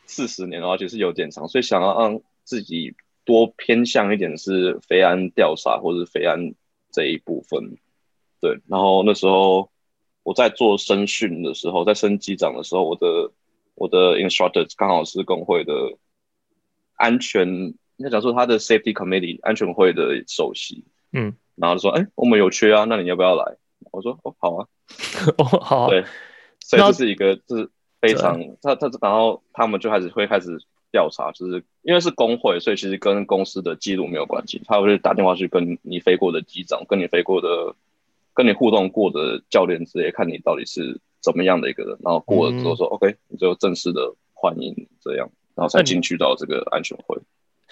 Speaker 5: 四十年，然后其实有点长，所以想要让自己多偏向一点是飞安调查或是飞安这一部分。对，然后那时候我在做升训的时候，在升机长的时候，我的我的 instructor 刚好是工会的安全，应该讲说他的 safety committee 安全会的首席，
Speaker 4: 嗯，
Speaker 5: 然后就说，哎、我们有缺啊，那你要不要来？我说，哦，好啊，
Speaker 4: 哦，好，
Speaker 5: 对，所以
Speaker 4: 那
Speaker 5: 这是一个就是非常他他然后他们就开始会开始调查，就是因为是工会，所以其实跟公司的记录没有关系，他会打电话去跟你飞过的机长、跟你飞过的、跟你互动过的教练之类，看你到底是怎么样的一个人，然后过了之
Speaker 4: 嗯
Speaker 5: 后说、OK，你就正式的欢迎你这样，然后才进去到这个安全会。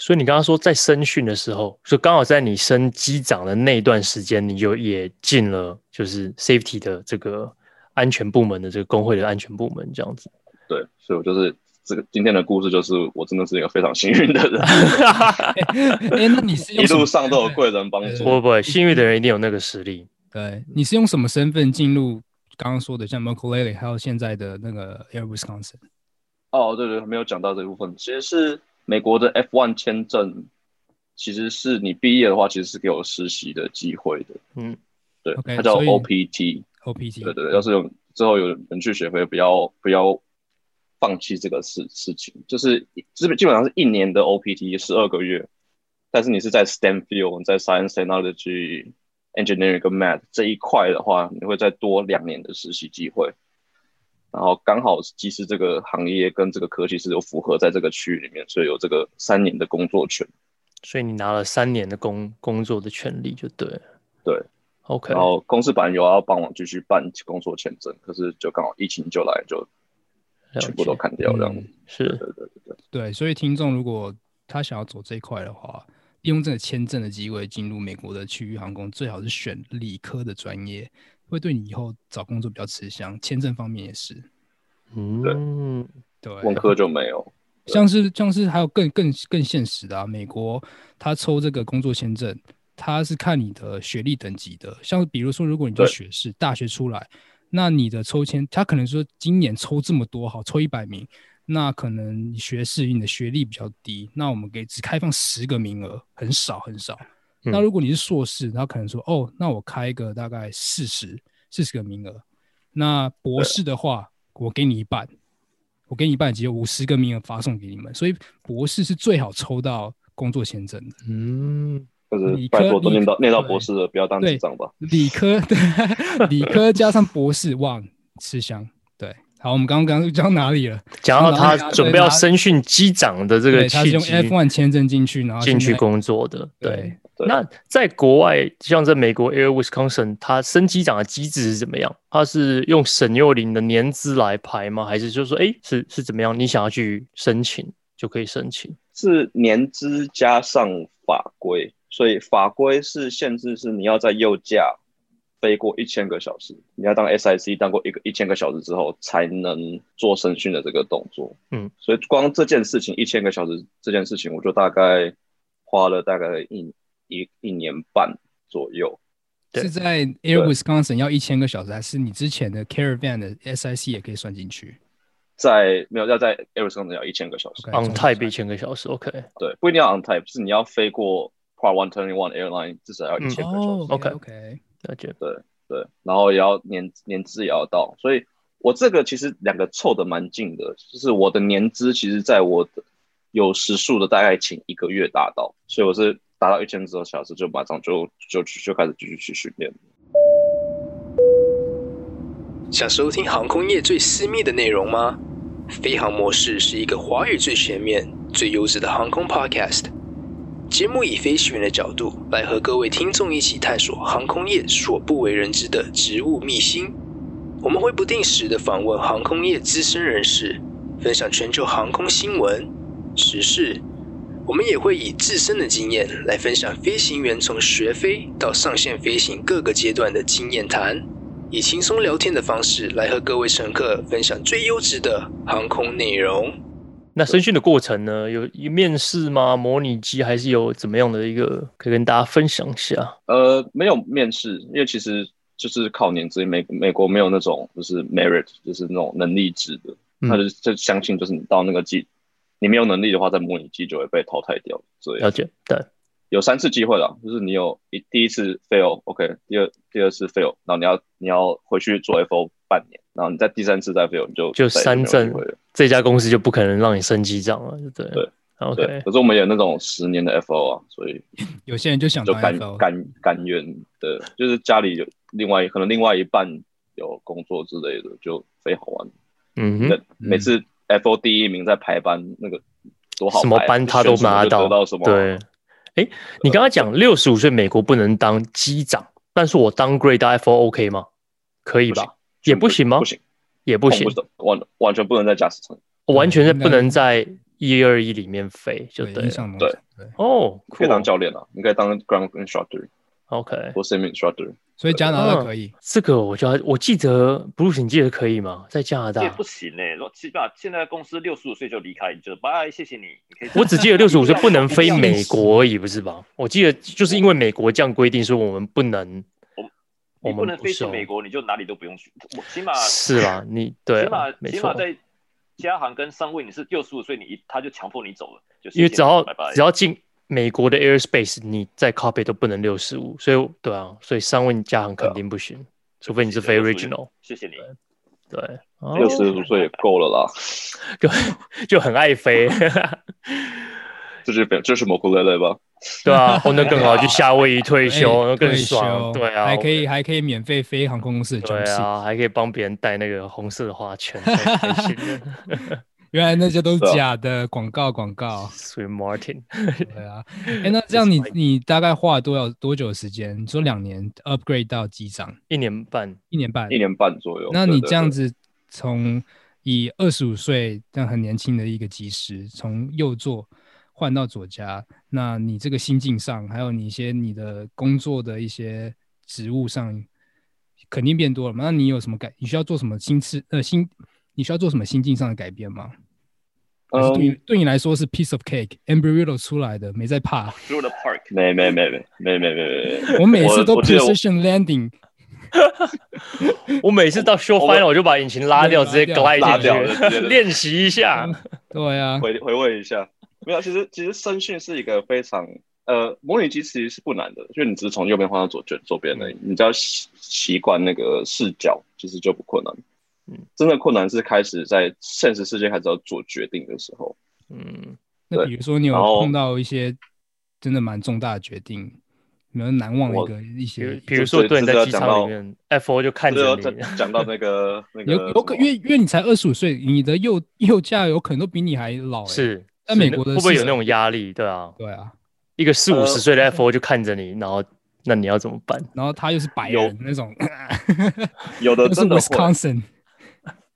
Speaker 4: 所以你刚刚说在升训的时候，就刚好在你升机长的那段时间，你就也进了就是 safety 的这个安全部门的这个工会的安全部门这样子。
Speaker 5: 对，所以我就是这个今天的故事，就是我真的是一个非常幸运的 人，
Speaker 3: 哎，那你是用
Speaker 5: 一
Speaker 3: 什么
Speaker 5: 路上都有
Speaker 3: 对
Speaker 5: 贵人帮
Speaker 3: 对
Speaker 5: 助
Speaker 4: 不。会不会，幸运的人一定有那个实力。
Speaker 3: 对，你是用什么身份进入刚刚说的像 m o c o l e l e 还有现在的那个 Air Wisconsin？
Speaker 5: 哦，对对，没有讲到这部分，其实是美国的 F1 签证，其实是你毕业的话，其实是给有实习的机会的。
Speaker 4: 嗯，
Speaker 5: 对
Speaker 3: OK，
Speaker 5: 它叫
Speaker 3: 所以
Speaker 5: OPT。
Speaker 3: OPT
Speaker 5: 对对对，要是有之后有人去学飞，不要不要放弃这个事事情，就是基本基本上是一年的 OPT 十二个月，但是你是在 STEM field，在 Science Technology Engineering 跟 Math 这一块的话，你会再多两年的实习机会。然后刚好技师这个行业跟这个科技是有符合在这个区域里面，所以有这个三年的工作权。
Speaker 4: 所以你拿了三年的工工作的权利就对了。
Speaker 5: 对
Speaker 4: ，OK，
Speaker 5: 然后公司本来有要帮我继续办工作签证，可是就刚好疫情就来，就
Speaker 4: 了
Speaker 5: 全部都
Speaker 4: 解
Speaker 5: 砍掉这样
Speaker 3: 嗯
Speaker 5: 子。
Speaker 4: 是
Speaker 5: 对对对对，
Speaker 3: 对，所以听众如果他想要走这一块的话，利用这个签证的机会进入美国的区域航空，最好是选理科的专业，会对你以后找工作比较吃香。签证方面也是，
Speaker 4: 嗯，
Speaker 3: 对，
Speaker 5: 文科就没有。
Speaker 3: 像是像是还有更更更现实的啊，美国他抽这个工作签证，他是看你的学历等级的。像比如说，如果你是
Speaker 5: 对
Speaker 3: 学士，大学出来，那你的抽签，他可能说今年抽这么多，好抽一百名，那可能你学士你的学历比较低，那我们给只开放十个名额，很少很少。
Speaker 4: 嗯
Speaker 3: 那如果你是硕士，他可能说哦，那我开一个大概四十四十个名额。那博士的话，我给你一半，我给你一半，只有五十个名额发送给你们。所以博士是最好抽到工作签证的。
Speaker 4: 嗯，
Speaker 5: 就是拜托都念到念到博士了，不要当
Speaker 3: 对
Speaker 5: 智障吧。
Speaker 3: 理科 对，理科加上博士，哇，吃香。对，好，我们刚刚刚讲到哪里了？
Speaker 4: 讲到他
Speaker 3: 然后
Speaker 4: 准备要
Speaker 3: 他
Speaker 4: 升训机长的这个
Speaker 3: 对，他是
Speaker 4: 契
Speaker 3: 用
Speaker 4: 机，
Speaker 3: F1 签证进去，然后
Speaker 4: 进去
Speaker 3: 现在
Speaker 4: 工作的。对，
Speaker 5: 对
Speaker 4: 那在国外，像在美国 Air Wisconsin，它升机长的机制是怎么样？它是用省幼龄的年资来排吗？还是就是说，哎，是是怎么样？你想要去申请就可以申请？
Speaker 5: 是年资加上法规，所以法规是限制是你要在右驾飞过一千个小时，你要当 SIC 当过一个一千个小时之后才能做审讯的这个动作。
Speaker 4: 嗯，
Speaker 5: 所以光这件事情一千个小时这件事情，我就大概花了大概一一一年半左右。
Speaker 4: 对
Speaker 3: 是在 Air Wisconsin 要一千个小时，还是你之前的 Caravan 的 SIC 也可以算进去
Speaker 5: 在没有要在 Arizona 要一千个小时
Speaker 3: OK 对
Speaker 4: on
Speaker 3: 从
Speaker 4: type 一千个小时，OK，
Speaker 5: 对，不一定要 on type，是你要飞过 Part One Twenty One Airline 至少要一千个小时。
Speaker 3: 哦
Speaker 4: OK
Speaker 3: OK，
Speaker 4: 了解。
Speaker 5: 对，然后也要年年资也要到，所以我这个其实两个凑的蛮近的，就是我的年资其实在我的有时数的大概前一个月达到，所以我是达到一千多小时就马上就就就就开始继续去训练。
Speaker 7: 想收听航空业最私密的内容吗？飞航模式是一个华语最全面、最优质的航空 podcast。节目以飞行员的角度来和各位听众一起探索航空业所不为人知的职务秘辛。我们会不定时的访问航空业资深人士，分享全球航空新闻、时事。我们也会以自身的经验来分享飞行员从学飞到上线飞行各个阶段的经验谈。以轻松聊天的方式来和各位乘客分享最优质的航空内容。
Speaker 4: 那升训的过程呢？有有面试吗？模拟机还是有怎么样的一个可以跟大家分享一下？
Speaker 5: 呃，没有面试，因为其实就是靠年资，美美国没有那种就是 merit，就是那种能力制的，
Speaker 4: 嗯
Speaker 5: 他就就相信就是你到那个季，你没有能力的话，在模拟季就会被淘汰掉，所以
Speaker 4: 了解，对，
Speaker 5: 有三次机会了，就是你有一第一次 fail，OK，、第二第二次 fail，然后你要你要回去做 FO 半年，然后你在第三次再 fail，你就
Speaker 4: 就
Speaker 5: 再也
Speaker 4: 三
Speaker 5: 没有机
Speaker 4: 证
Speaker 5: 会了
Speaker 4: 这家公司就不可能让你升机长了，对不
Speaker 5: 对
Speaker 4: ？OK，
Speaker 5: 对，可是我们有那种十年的 FO 啊，所以
Speaker 3: 有些人就想
Speaker 5: 就
Speaker 3: 当
Speaker 5: 甘
Speaker 3: FO，
Speaker 5: 甘甘愿的，就是家里有另外可能另外一半有工作之类的，就非好玩。
Speaker 4: 嗯哼
Speaker 5: 那、，每次 FO 第一名在排班那个多好排
Speaker 4: 什
Speaker 5: 啊，
Speaker 4: 么班他都
Speaker 5: 选什么
Speaker 4: 拿
Speaker 5: 就
Speaker 4: 到，
Speaker 5: 得到什么
Speaker 4: 对，哎，你刚刚讲六十五岁美国不能当机长，但是我当 grade F O OK 吗？可以
Speaker 5: 不行
Speaker 4: 吧？也不行吗？
Speaker 5: 不行，
Speaker 4: 也不行
Speaker 5: 碰，得完完全不能在驾驶舱，
Speaker 4: 完全是不能
Speaker 3: 应该
Speaker 4: 在一二一里面飞，就
Speaker 3: 对
Speaker 4: 对
Speaker 3: 影
Speaker 4: 了。
Speaker 3: 响
Speaker 5: 对
Speaker 3: 对，
Speaker 4: 哦，
Speaker 5: 可
Speaker 4: 酷
Speaker 5: 以当教练啊，你可以当 ground instructor。
Speaker 4: OK，
Speaker 5: 我是 m instructor，
Speaker 3: 所以加拿大可以。
Speaker 4: 这个我就要我记得 Bruce，你记得可以吗？在加拿
Speaker 6: 这 也
Speaker 4: 大
Speaker 6: 不，行嘞、欸，起码现在公司六十五岁就离开，你就拜，谢谢你。你 可以
Speaker 4: 我只记得六十五岁不能飞
Speaker 3: 一定要
Speaker 4: 美国而已，不是吧？我记得就是因为美国这样规定，说我们不能，我
Speaker 6: 你不
Speaker 4: 们
Speaker 6: 能飞去
Speaker 4: 收
Speaker 6: 美国，你就哪里都不用去。我起码
Speaker 4: 是啦，你对
Speaker 6: 起
Speaker 4: 啊
Speaker 6: 码，
Speaker 4: 没
Speaker 6: 起
Speaker 4: 错
Speaker 6: 码。在加航跟上位，你是六十五岁，你一他就强迫你走了，就
Speaker 4: 因为只要
Speaker 6: 拜拜
Speaker 4: 只要进美国的 airspace，你在 copy 都不能六十五，所以对啊，所以三问加航肯定不
Speaker 6: 啊
Speaker 4: 行，除非你是飞
Speaker 6: 对
Speaker 4: original，
Speaker 6: 谢谢你。
Speaker 4: 对，哦
Speaker 5: 六十五岁也够了啦，
Speaker 4: 就 就很爱飞，
Speaker 5: 这是这是蘑菇累累吧？
Speaker 4: 对啊，哦那更好，去夏威夷退休
Speaker 3: 哎
Speaker 4: 那更
Speaker 3: 退
Speaker 4: 爽，
Speaker 3: 休
Speaker 4: 对啊，
Speaker 3: 还可以还可以免费飞航空公司的
Speaker 4: 对
Speaker 3: j u
Speaker 4: 啊，还可以帮别人戴那个红色的花圈，很开 心的
Speaker 3: 原来那些都是
Speaker 5: 对啊
Speaker 3: 假的广告广 告。
Speaker 4: 属于 Martin，
Speaker 3: 对啊，哎， 那这样你你大概花了多少多久的时间？你说两年 upgrade 到机长，
Speaker 4: 一年半，
Speaker 3: 一年半
Speaker 5: 一。年半左右。
Speaker 3: 哎那
Speaker 5: 哦对
Speaker 3: 你
Speaker 5: 对
Speaker 3: 这样
Speaker 5: 对
Speaker 3: 子从以二十五岁这样很年轻的一个技师，从右座换到左家，那你这个心境上，还有你一些你的工作的一些职务上，肯定变多了嘛？那你有什么改？你需要做什么心智呃心？你需要做什么心境上的改变吗？还是对你、
Speaker 5: 嗯，
Speaker 3: 对你来说是 piece of cake，embryo 出来的，没在怕。
Speaker 6: Through the park，
Speaker 5: 没没没没没没没没，
Speaker 3: 我每次都
Speaker 5: 我记得我
Speaker 3: precision landing，
Speaker 4: 我每次到 show
Speaker 5: 我们
Speaker 4: final 我就把引擎拉
Speaker 3: 对
Speaker 4: 掉，
Speaker 3: 拉
Speaker 4: 直接
Speaker 3: 掉
Speaker 4: glide
Speaker 5: 拉掉了
Speaker 4: 进
Speaker 5: 直
Speaker 4: 去
Speaker 5: 接
Speaker 4: 练习一下。
Speaker 3: 对啊，
Speaker 5: 回回味一下。没有，其实其实声训是一个非常呃，模拟机其实是不难的，因为你只是从右边换到左边左边而已，
Speaker 3: 嗯
Speaker 5: 你只要习习惯那个视角，其实就不困难。
Speaker 4: 嗯，
Speaker 5: 真的困难是开始在现实世界开始要做决定的时候。
Speaker 4: 嗯，
Speaker 3: 那
Speaker 5: 对
Speaker 3: 比如说你有
Speaker 5: 然后
Speaker 3: 碰到一些真的蛮重大的决定，有没有难忘的一
Speaker 5: 我
Speaker 3: 个一
Speaker 4: 比如
Speaker 3: 些？
Speaker 4: 比如说
Speaker 5: 这
Speaker 4: 对你
Speaker 5: 这
Speaker 4: 在
Speaker 5: 要
Speaker 4: 机
Speaker 5: 讲
Speaker 4: 场里
Speaker 5: 到啊
Speaker 4: 面，F4 就看
Speaker 5: 这
Speaker 4: 着
Speaker 5: 要
Speaker 4: 你
Speaker 5: 再，讲到那 个那个
Speaker 3: 有有可，
Speaker 5: 什
Speaker 3: 因
Speaker 5: 么
Speaker 3: 为因为你才二十五岁，你的右右架有可能都比你还老、欸。，
Speaker 4: 是
Speaker 3: 在
Speaker 4: 是
Speaker 3: 美
Speaker 4: 那
Speaker 3: 国的
Speaker 4: 会不会有
Speaker 3: 市
Speaker 4: 那种压力？对啊，
Speaker 3: 对啊。
Speaker 4: 一个四五
Speaker 5: 呃
Speaker 4: 十岁的 F4 就看着你，然后那你要怎么办？
Speaker 3: 然后他又是白
Speaker 5: 有
Speaker 3: 人那种，
Speaker 5: 有的
Speaker 3: 又是
Speaker 5: 真的会，
Speaker 3: Wisconsin，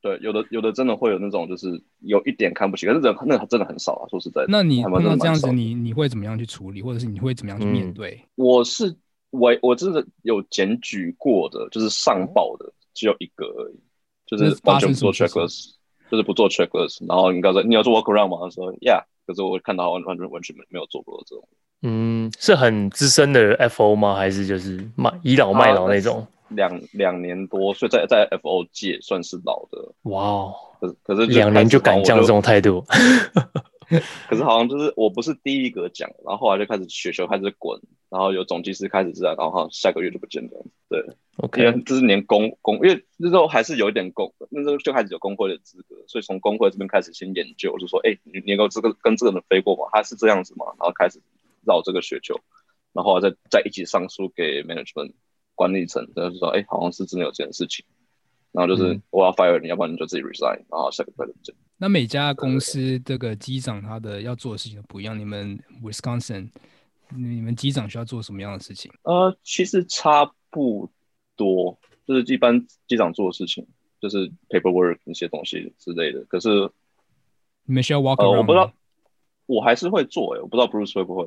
Speaker 5: 对，有的有的真的会有那种就是有一点看不起，可是人那真的很少啊。说实在的，
Speaker 3: 那你
Speaker 5: 台
Speaker 3: 碰
Speaker 5: 湾真
Speaker 3: 到
Speaker 5: 的
Speaker 3: 这样
Speaker 5: 蛮少
Speaker 3: 子，
Speaker 5: 的
Speaker 3: 你你会怎么样去处理，或者是你会怎么样去面
Speaker 4: 嗯
Speaker 3: 对？
Speaker 5: 我是我我真的有检举过的，就是上报的只有一个而已，就
Speaker 3: 那
Speaker 5: 是
Speaker 3: 是发
Speaker 5: 完全
Speaker 3: 生
Speaker 5: 不
Speaker 3: 什么
Speaker 5: 做
Speaker 3: 事情
Speaker 5: checklist，就是不做 checklist。然后你告诉他你要做 workaround 吗？他说 Yeah，可是我看到完完全完全没没有做过这种。
Speaker 4: 嗯，是很资深的 F4 吗？还是就是卖倚老卖
Speaker 5: 啊
Speaker 4: 老那种？
Speaker 5: 两两年多，所以在在 FO 界算是老的，
Speaker 4: 哇哦，
Speaker 5: 可是可是就
Speaker 4: 两年就
Speaker 5: 开始
Speaker 4: 敢讲这种态度，
Speaker 5: 可是好像就是我不是第一个讲，然后后来就开始雪球开始滚，然后有总技师开始知道，然后好像下个月就不见这样子。对，因
Speaker 4: OK，
Speaker 5: 为就是连工工，因为那时候还是有一点工，那时候就开始有工会的资格，所以从工会这边开始先研究，就说，哎、你你有这个跟这个人飞过吗？他是这样子吗？然后开始绕这个雪球，然后再再一起上诉给 management 管理层，然后就说，哎、好像是真的有这件事情，然后就是
Speaker 4: 嗯
Speaker 5: 我要 fire 你，要不然你就自己 resign，然后下个月就见。
Speaker 3: 那每家公司这个机长他的要做的事情都不一样。你们 Wisconsin，你们机长需要做什么样的事情？
Speaker 5: 呃，其实差不多，就是一般机长做的事情，就是 paperwork 一些东西之类的，可是。
Speaker 3: 你们需要 walk
Speaker 5: 呃，
Speaker 3: around？
Speaker 5: 我不知
Speaker 3: 吗
Speaker 5: 道，我还是会做诶、欸我不知道 Bruce 会不会，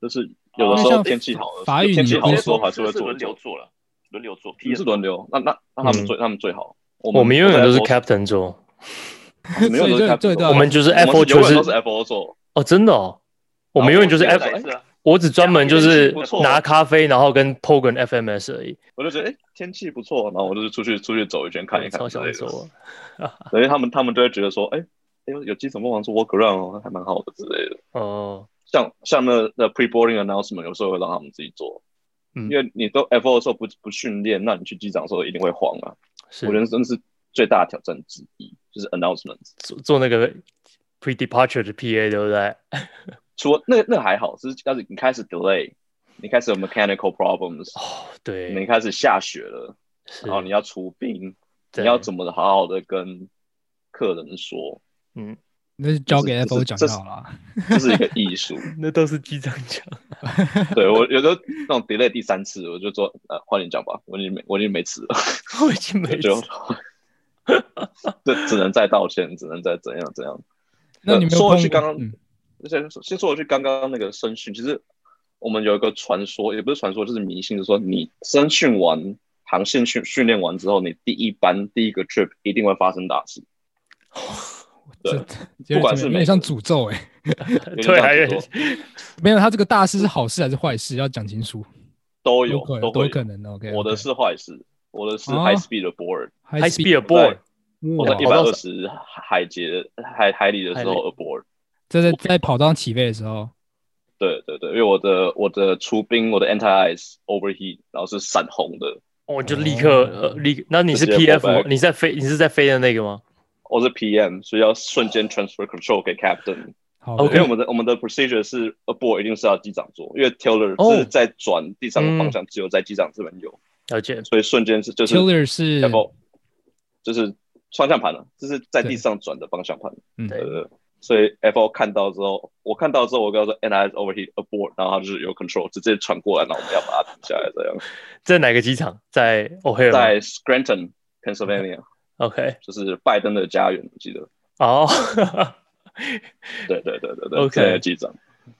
Speaker 5: 就是有的
Speaker 3: 哦那
Speaker 5: 时候
Speaker 3: 像
Speaker 5: 天气好的时候，
Speaker 3: 法语
Speaker 5: 天
Speaker 3: 你
Speaker 5: 气
Speaker 3: 们
Speaker 5: 好
Speaker 3: 公
Speaker 5: 的
Speaker 3: 司
Speaker 5: 时候还是会
Speaker 6: 是
Speaker 5: 做
Speaker 6: 轮
Speaker 5: 一
Speaker 6: 流
Speaker 5: 做，
Speaker 6: 做了，轮流做。
Speaker 5: 你是轮流，那那那他
Speaker 3: 嗯
Speaker 5: 们最他们最好。我
Speaker 4: 我们永远都是
Speaker 5: 我在
Speaker 4: Captain 做，
Speaker 5: FO 没有
Speaker 3: 所以
Speaker 5: 都
Speaker 3: 就
Speaker 5: 是 Captain
Speaker 3: 对对
Speaker 5: 做
Speaker 4: 我们就是
Speaker 5: 我们
Speaker 4: F4
Speaker 5: 永
Speaker 4: 就
Speaker 5: 远
Speaker 4: 是
Speaker 5: 都是 FO 做，
Speaker 4: 哦，真的哦，我们永远就是 F，
Speaker 6: 是
Speaker 5: 哎
Speaker 6: 啊，
Speaker 4: 我只专门就是
Speaker 5: 不错
Speaker 4: 拿咖啡，然后跟 Pogan FMS 而已，
Speaker 5: 我就觉得哎、诶天气不错，然后我就是出去出去走一圈看一看
Speaker 4: 超
Speaker 5: 之
Speaker 4: 享
Speaker 5: 类的，
Speaker 4: 受啊。
Speaker 5: 所以他们他们都会觉得说哎、诶哎有机场帮忙做 work around 哦，还蛮好的之类的。
Speaker 4: 哦，
Speaker 5: 像像那那 pre boarding announcement 有时候会让他们自己做，
Speaker 4: 嗯
Speaker 5: 因为你都 FO 的时候不不训练，那你去机场的时候一定会慌啊。
Speaker 4: 是
Speaker 5: 我人生是最大的挑战之一，就是 announcement。
Speaker 4: 做做那个 pre departure 的 PA 对不对？
Speaker 5: 除了那那还好，是要是你开始 delay，你开始有 mechanical problems，、
Speaker 4: 哦，
Speaker 5: 你
Speaker 4: 对，
Speaker 5: 开始下雪了，
Speaker 4: 是
Speaker 5: 然后你要出兵，你
Speaker 4: 对
Speaker 5: 要怎么好好的跟客人说，
Speaker 3: 那就交给
Speaker 5: 这是
Speaker 3: FO 讲
Speaker 5: 这
Speaker 3: 就是好了。啊
Speaker 5: 这是一个 艺术。
Speaker 4: 那都是机长讲。
Speaker 5: 对我有时候那种 delay 第三次，我就说呃，换你讲吧，我已经没我已经没词了，
Speaker 4: 我已 经没
Speaker 5: 我
Speaker 4: 吃
Speaker 5: 就。 这只能再道歉，只能再怎样怎样。
Speaker 3: 那你们有
Speaker 5: 说回
Speaker 3: 碰
Speaker 5: 去
Speaker 3: 过
Speaker 5: 刚刚
Speaker 3: 嗯
Speaker 5: 先先说回去刚刚那个声训，其实我们有一个传说，也不是传说，就是迷信，就是说你声训完、航线训训练完之后，你第一班第一个 trip 一定会发生大事。对
Speaker 3: 这这有点
Speaker 5: 不管是
Speaker 3: 有点
Speaker 5: 美国
Speaker 3: 像诅咒哎、欸，
Speaker 4: 对，还有
Speaker 5: 有点像
Speaker 3: 没有他这个大事是好事还是坏事要讲清楚，
Speaker 5: 都有
Speaker 3: 都可能
Speaker 5: 都会有
Speaker 3: 可能 OK，
Speaker 5: 我的是坏事，我的是
Speaker 3: 啊
Speaker 5: high speed 的 board，、
Speaker 4: high
Speaker 3: high
Speaker 4: speed 哦 board，
Speaker 5: 我在
Speaker 3: 哇
Speaker 5: 一
Speaker 4: 跑
Speaker 5: 百
Speaker 4: 到
Speaker 5: 二十海节海海里的时
Speaker 4: 海里
Speaker 5: 候 aboard。
Speaker 3: 这在在跑道起飞的时候，
Speaker 5: 对对对，因为我的我的出兵，我的 anti ice overheat，然后是闪红的，
Speaker 4: 我就立刻呃立。那你是
Speaker 5: 直接
Speaker 4: PF 吗
Speaker 5: pullback
Speaker 4: 你在飞你是在飞的那个吗？
Speaker 5: 我是 PM，所以要瞬间 transfer control 给 captain。
Speaker 3: 好
Speaker 4: OK
Speaker 5: 因为我们的我们的 procedure 是 aboard 一定是要机长做，因为 tiller
Speaker 4: 哦
Speaker 5: 是在转第三个方向，只有在机长这边有，
Speaker 4: 了解。
Speaker 5: 所以瞬间是就是
Speaker 3: killer 是
Speaker 5: FO，就是方向盘了、就是在地上转的方向盘。
Speaker 3: 嗯
Speaker 5: 对对对。所以 FO 看到之后，我看到之后，我跟他说 a n i s overheat aboard，然后他就是有 control 直接传过来，然后我们要把它停下来这样。
Speaker 4: 在哪个机场？在 O'Hare 吗
Speaker 5: 在 Scranton Pennsylvania，
Speaker 4: OK
Speaker 5: 就是拜登的家园，我记得。
Speaker 4: 哦。
Speaker 5: 对对对对对
Speaker 4: OK
Speaker 5: 现在的机长，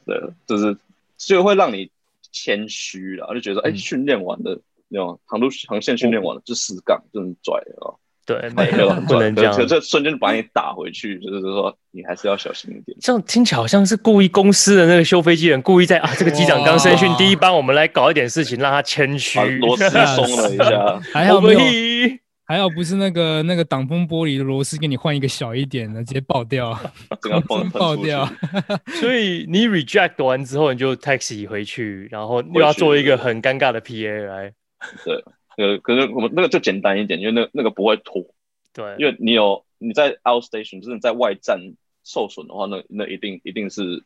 Speaker 5: 对，就是就会让你谦虚了，就觉得哎，
Speaker 4: 嗯
Speaker 5: 训练完的那种航路航线训练完了就四杠，真的拽啊！
Speaker 4: 对，没
Speaker 5: 没有
Speaker 4: 有
Speaker 5: 很
Speaker 4: 不能这
Speaker 5: 赚可
Speaker 4: 样
Speaker 5: 可。这瞬间把你打回去，就是说你还是要小心一点。
Speaker 4: 这样听起来好像是故意公司的那个修飞机人故意在啊，这个机长刚升训
Speaker 3: 哇
Speaker 4: 第一班，我们来搞一点事情，让他谦虚哎
Speaker 5: 把。螺丝松了一 下，
Speaker 3: 还好没有，
Speaker 4: Overheat
Speaker 3: 还好不是那个那个挡风玻璃的螺丝给你换一个小一点的，直接爆 掉，
Speaker 5: 整个
Speaker 3: 真
Speaker 5: 崩
Speaker 3: 爆
Speaker 5: 喷出去。
Speaker 3: 掉。
Speaker 4: 所以你 reject 完之后，你就 taxi 回去，然后又要做一个很尴尬的 PA 来。
Speaker 5: 呃，可是我们那个就简单一点，因为那那个不会拖，
Speaker 4: 对，
Speaker 5: 因为你有你在 outstation，就是你在外站受损的话，那那一定一定是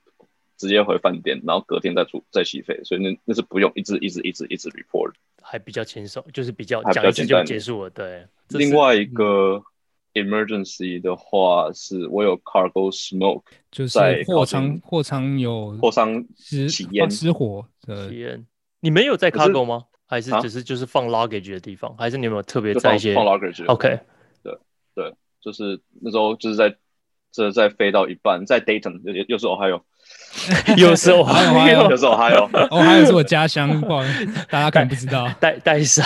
Speaker 5: 直接回饭店，然后隔天再出再起飞，所以那那是不用一直一直一直一直 report。
Speaker 4: 还比较轻松，就是比较
Speaker 5: 还比
Speaker 4: 讲
Speaker 5: 较
Speaker 4: 一次
Speaker 5: 简单
Speaker 4: 就
Speaker 5: 一点
Speaker 4: 结束了。对，这是嗯
Speaker 5: 另外一个 emergency 的话，是我有 cargo smoke
Speaker 3: 就是
Speaker 5: 在
Speaker 3: 货
Speaker 5: 靠
Speaker 3: 仓
Speaker 5: 近
Speaker 3: 货仓有
Speaker 5: 破伤
Speaker 3: 失
Speaker 5: 起烟
Speaker 3: 失火的
Speaker 4: 体验，你们有在
Speaker 5: 可是
Speaker 4: cargo 吗？还是
Speaker 5: 啊
Speaker 4: 只是就是放 luggage 的地方？还是你有没有特别
Speaker 5: 就
Speaker 4: 在
Speaker 5: 放
Speaker 4: 一些
Speaker 5: 放 luggage 了
Speaker 4: ？OK，
Speaker 5: 就是那时候就是在这在飞到一半，在 Dayton 又又是 Ohio，
Speaker 4: 有时
Speaker 5: 啊
Speaker 4: 候还
Speaker 3: 还有
Speaker 5: 又
Speaker 4: 有
Speaker 5: 是 Ohio，
Speaker 3: 哦，还有是我家乡，不好 意思，大家可能不知道。
Speaker 4: 带带上，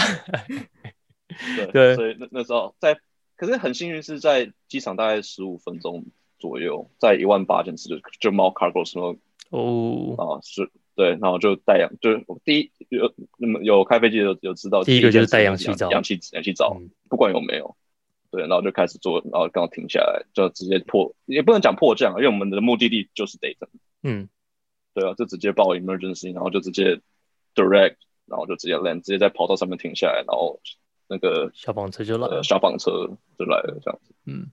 Speaker 4: 对
Speaker 5: 对，所以那那时候在，可是很幸运是在机场大概十五分钟左右，在一万八千尺就就猫 cargo 什么
Speaker 4: 哦，
Speaker 5: 啊是。对，然后就带氧，就是我第一有那么有开飞机有有知道，
Speaker 4: 第一个就是
Speaker 5: 件事
Speaker 4: 带氧
Speaker 5: 情
Speaker 4: 气罩
Speaker 5: 氧气氧气罩
Speaker 4: 嗯，
Speaker 5: 不管有没有，对，然后就开始做，然后刚好停下来，就直接破，也不能讲迫降，因为我们的目的地就是 Dayton，
Speaker 4: 嗯，
Speaker 5: 对啊，就直接报 emergency，然后就直接 direct，然后就直接 land，直接在跑道上面停下来，然后那个
Speaker 4: 消防车就来了
Speaker 5: 呃，消防车就来了这样子。
Speaker 4: 嗯，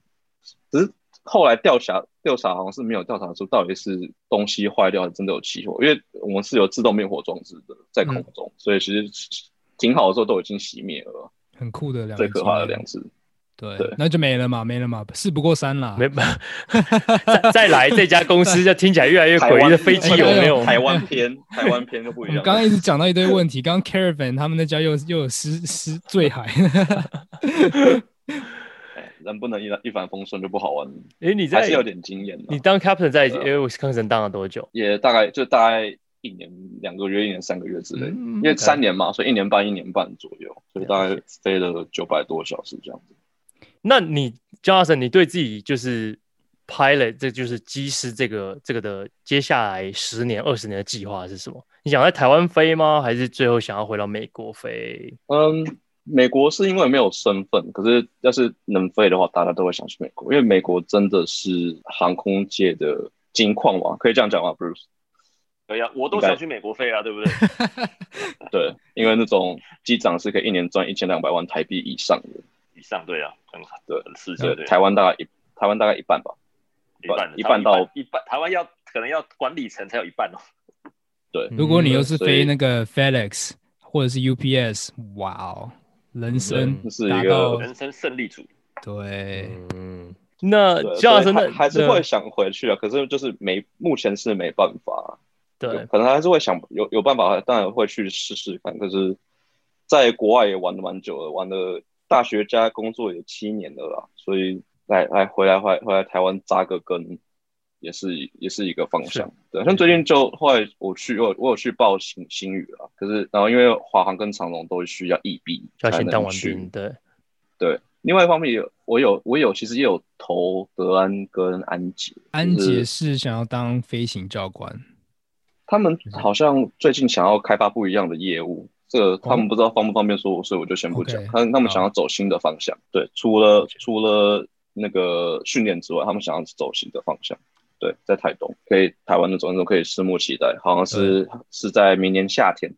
Speaker 5: 只是后来调查调查好像是没有调查出到底是东西坏掉还是真的有起火，因为我们是有自动灭火装置的在
Speaker 4: 嗯
Speaker 5: 空中，所以其实停好的时候都已经熄灭了，
Speaker 3: 很酷的两
Speaker 5: 最可怕的
Speaker 3: 两
Speaker 5: 两次。
Speaker 3: 对
Speaker 5: 对，
Speaker 3: 那就没了嘛，没了嘛，事不过三啦。
Speaker 4: 没再再来这家公司，就听起来越来越
Speaker 5: 台
Speaker 4: 诡异
Speaker 5: 湾
Speaker 4: 的飞机有没有？
Speaker 5: 台湾篇，台湾篇就不
Speaker 3: 我
Speaker 5: 一
Speaker 3: 们
Speaker 5: 样。
Speaker 3: 刚刚一直讲到一堆问题，刚刚 Caravan 他们那家又又有失失坠海，
Speaker 5: 哎人不能一一帆风顺就不好玩，
Speaker 4: 哎，你
Speaker 5: 还
Speaker 4: 在
Speaker 5: 是有点经验的。
Speaker 4: 你当 captain 在
Speaker 5: 对啊
Speaker 4: Air Wisconsin 当了多久？
Speaker 5: 也大概就大概一年、两个月、一年、三个月之类，
Speaker 4: 嗯
Speaker 5: 因为
Speaker 4: OK
Speaker 5: 三年嘛，所以一年半、一年半左右，所以大概飞了九百多小时这样子。
Speaker 4: 那你 Jonathan，你对自己就是 pilot，这就是机师这个这个的接下来十年、二十年的计划是什么？你想在台湾飞吗？还是最后想要回到美国飞？
Speaker 5: 嗯，美国是因为没有身份，可是要是能飞的话，大家都会想去美国，因为美国真的是航空界的金矿王，可以这样讲吗，Bruce？
Speaker 6: 可以啊，我都
Speaker 5: 应该
Speaker 6: 想去美国飞啊，对 不对？
Speaker 5: 对，因为那种机长是可以一年赚一千两百万台币以上的，
Speaker 6: 以上对啊，很好，
Speaker 5: 对
Speaker 6: 很刺激，
Speaker 5: 对，
Speaker 6: 对，
Speaker 5: 台湾大概一台湾大概一半吧，
Speaker 6: 一半
Speaker 5: 一
Speaker 6: 差不
Speaker 5: 半
Speaker 6: 多
Speaker 5: 到
Speaker 6: 一半，台湾要可能要管理层才有一半哦。
Speaker 5: 对，
Speaker 3: 如果你又是
Speaker 5: 嗯所
Speaker 3: 飞
Speaker 5: 以
Speaker 3: 那个 FedEx 或者是 UPS，哇哦，人生
Speaker 5: 这是
Speaker 3: 达
Speaker 5: 一个
Speaker 3: 到
Speaker 6: 人生胜利 组，
Speaker 3: 对，
Speaker 4: 嗯，那
Speaker 5: 对所以
Speaker 4: Jonathan 那
Speaker 5: 还还是会
Speaker 4: 那
Speaker 5: 想回去啊，可是就是没，目前是没办法，啊
Speaker 4: 对，
Speaker 5: 可能还是会想有有办法，当然会去试试看。可是，在国外也玩了蛮久了，玩了大学加工作也七年了啦，所以来来回来回来回来台湾扎个根，也是也是一个方向
Speaker 4: 是。
Speaker 5: 对，像最近就后来我去我有我有去报新新宇了，可是然后因为华航跟长龙都需要异地
Speaker 4: 就要
Speaker 5: 才
Speaker 4: 先当
Speaker 5: 能
Speaker 4: 完
Speaker 5: 去
Speaker 4: 兵，。对，
Speaker 5: 对，另外一方面也我有我有其实也有投德安跟安捷，
Speaker 3: 安
Speaker 5: 嗯就是
Speaker 3: 杰是想要当飞行教官，
Speaker 5: 他们好像最近想要开发不一样的业务，这个他们不知道方不方便说，所以我就先不讲
Speaker 3: OK，。
Speaker 5: 他他们
Speaker 3: 好
Speaker 5: 想要走新的方向，对，除了除了那个训练之外，他们想要走新的方向。对，在台东可以台湾的种种可以拭目期待，好像是是在明年夏天。嗯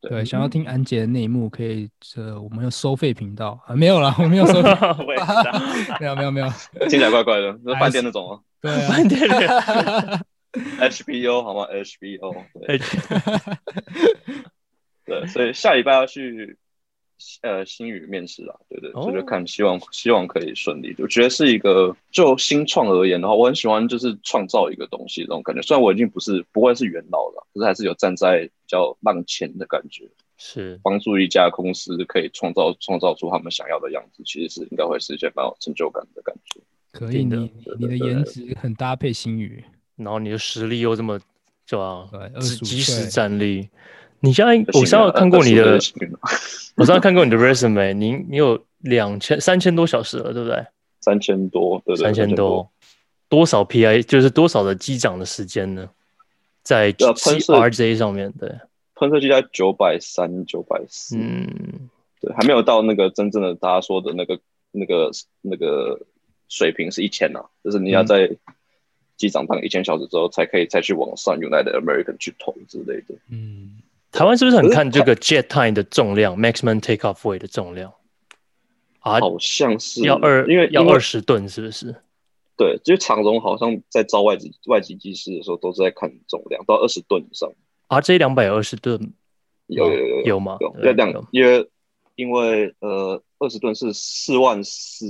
Speaker 3: 对，想要听安杰的内幕，可以这我们有收费频道啊，没有啦，我没有收 费，
Speaker 6: 我也知道。
Speaker 3: 没有没有没有，
Speaker 5: 听起来怪怪的，是饭店那种吗
Speaker 3: 对
Speaker 4: 饭店人
Speaker 3: 啊，
Speaker 5: ？HBO 好吗？HBO 对
Speaker 4: 哎
Speaker 5: 对，所以下礼拜要去呃新宇面试啦，对对，
Speaker 4: 哦
Speaker 5: 所以就看希望希望可以顺利。我觉得是一个就新创而言的话，我很喜欢就是创造一个东西这种感觉。虽然我已经不是不会是元老了，可是还是有站在比较浪前的感觉，
Speaker 4: 是
Speaker 5: 帮助一家公司可以创造创造出他们想要的样子，其实是应该会是一件蛮有成就感的感觉。
Speaker 3: 可以，
Speaker 4: 定的
Speaker 3: 你你的颜值很搭配星宇，
Speaker 4: 然后你的实力又这么对吧
Speaker 3: 对？25
Speaker 4: 即即时
Speaker 3: 岁
Speaker 4: 战力，你现在
Speaker 5: 幸
Speaker 4: 我
Speaker 5: 运
Speaker 4: 上
Speaker 5: 啊
Speaker 4: 次看过你的
Speaker 5: 但是我觉得幸运啊
Speaker 4: 我上次看过你的 resume，你你有两千三千多小时了，对不对？
Speaker 5: 三千多，对对，
Speaker 4: 三千多，，多少 PI 就是多少的机长的时间呢？在
Speaker 5: 对啊喷射
Speaker 4: CRJ 上面，对，
Speaker 5: 喷射机在九百三、九百四，
Speaker 4: 嗯，
Speaker 5: 对，还没有到那个真正的大家说的那个那个那个水平是一千啊，就是
Speaker 4: 嗯
Speaker 5: 你要在机长当一千小时之后，才可以再去往上 United American 去投之类的。
Speaker 3: 嗯，
Speaker 4: 台湾是不是很
Speaker 5: 可是
Speaker 4: 看这个 jet time 的重量，maximum takeoff weight 的重量啊？
Speaker 5: 好像是
Speaker 4: 要二，
Speaker 5: 因为
Speaker 4: 要
Speaker 5: 因为
Speaker 4: 二十吨，是不是？
Speaker 5: 对，就是长荣好像在招外籍外籍技师的时候，都是在看重量，到二十吨以上。
Speaker 4: RJ 两百有二十吨，
Speaker 5: 有有有
Speaker 4: 哦有吗？
Speaker 5: 有，
Speaker 4: 对
Speaker 5: 要两
Speaker 4: 有
Speaker 5: 因为因为呃二十吨是四万四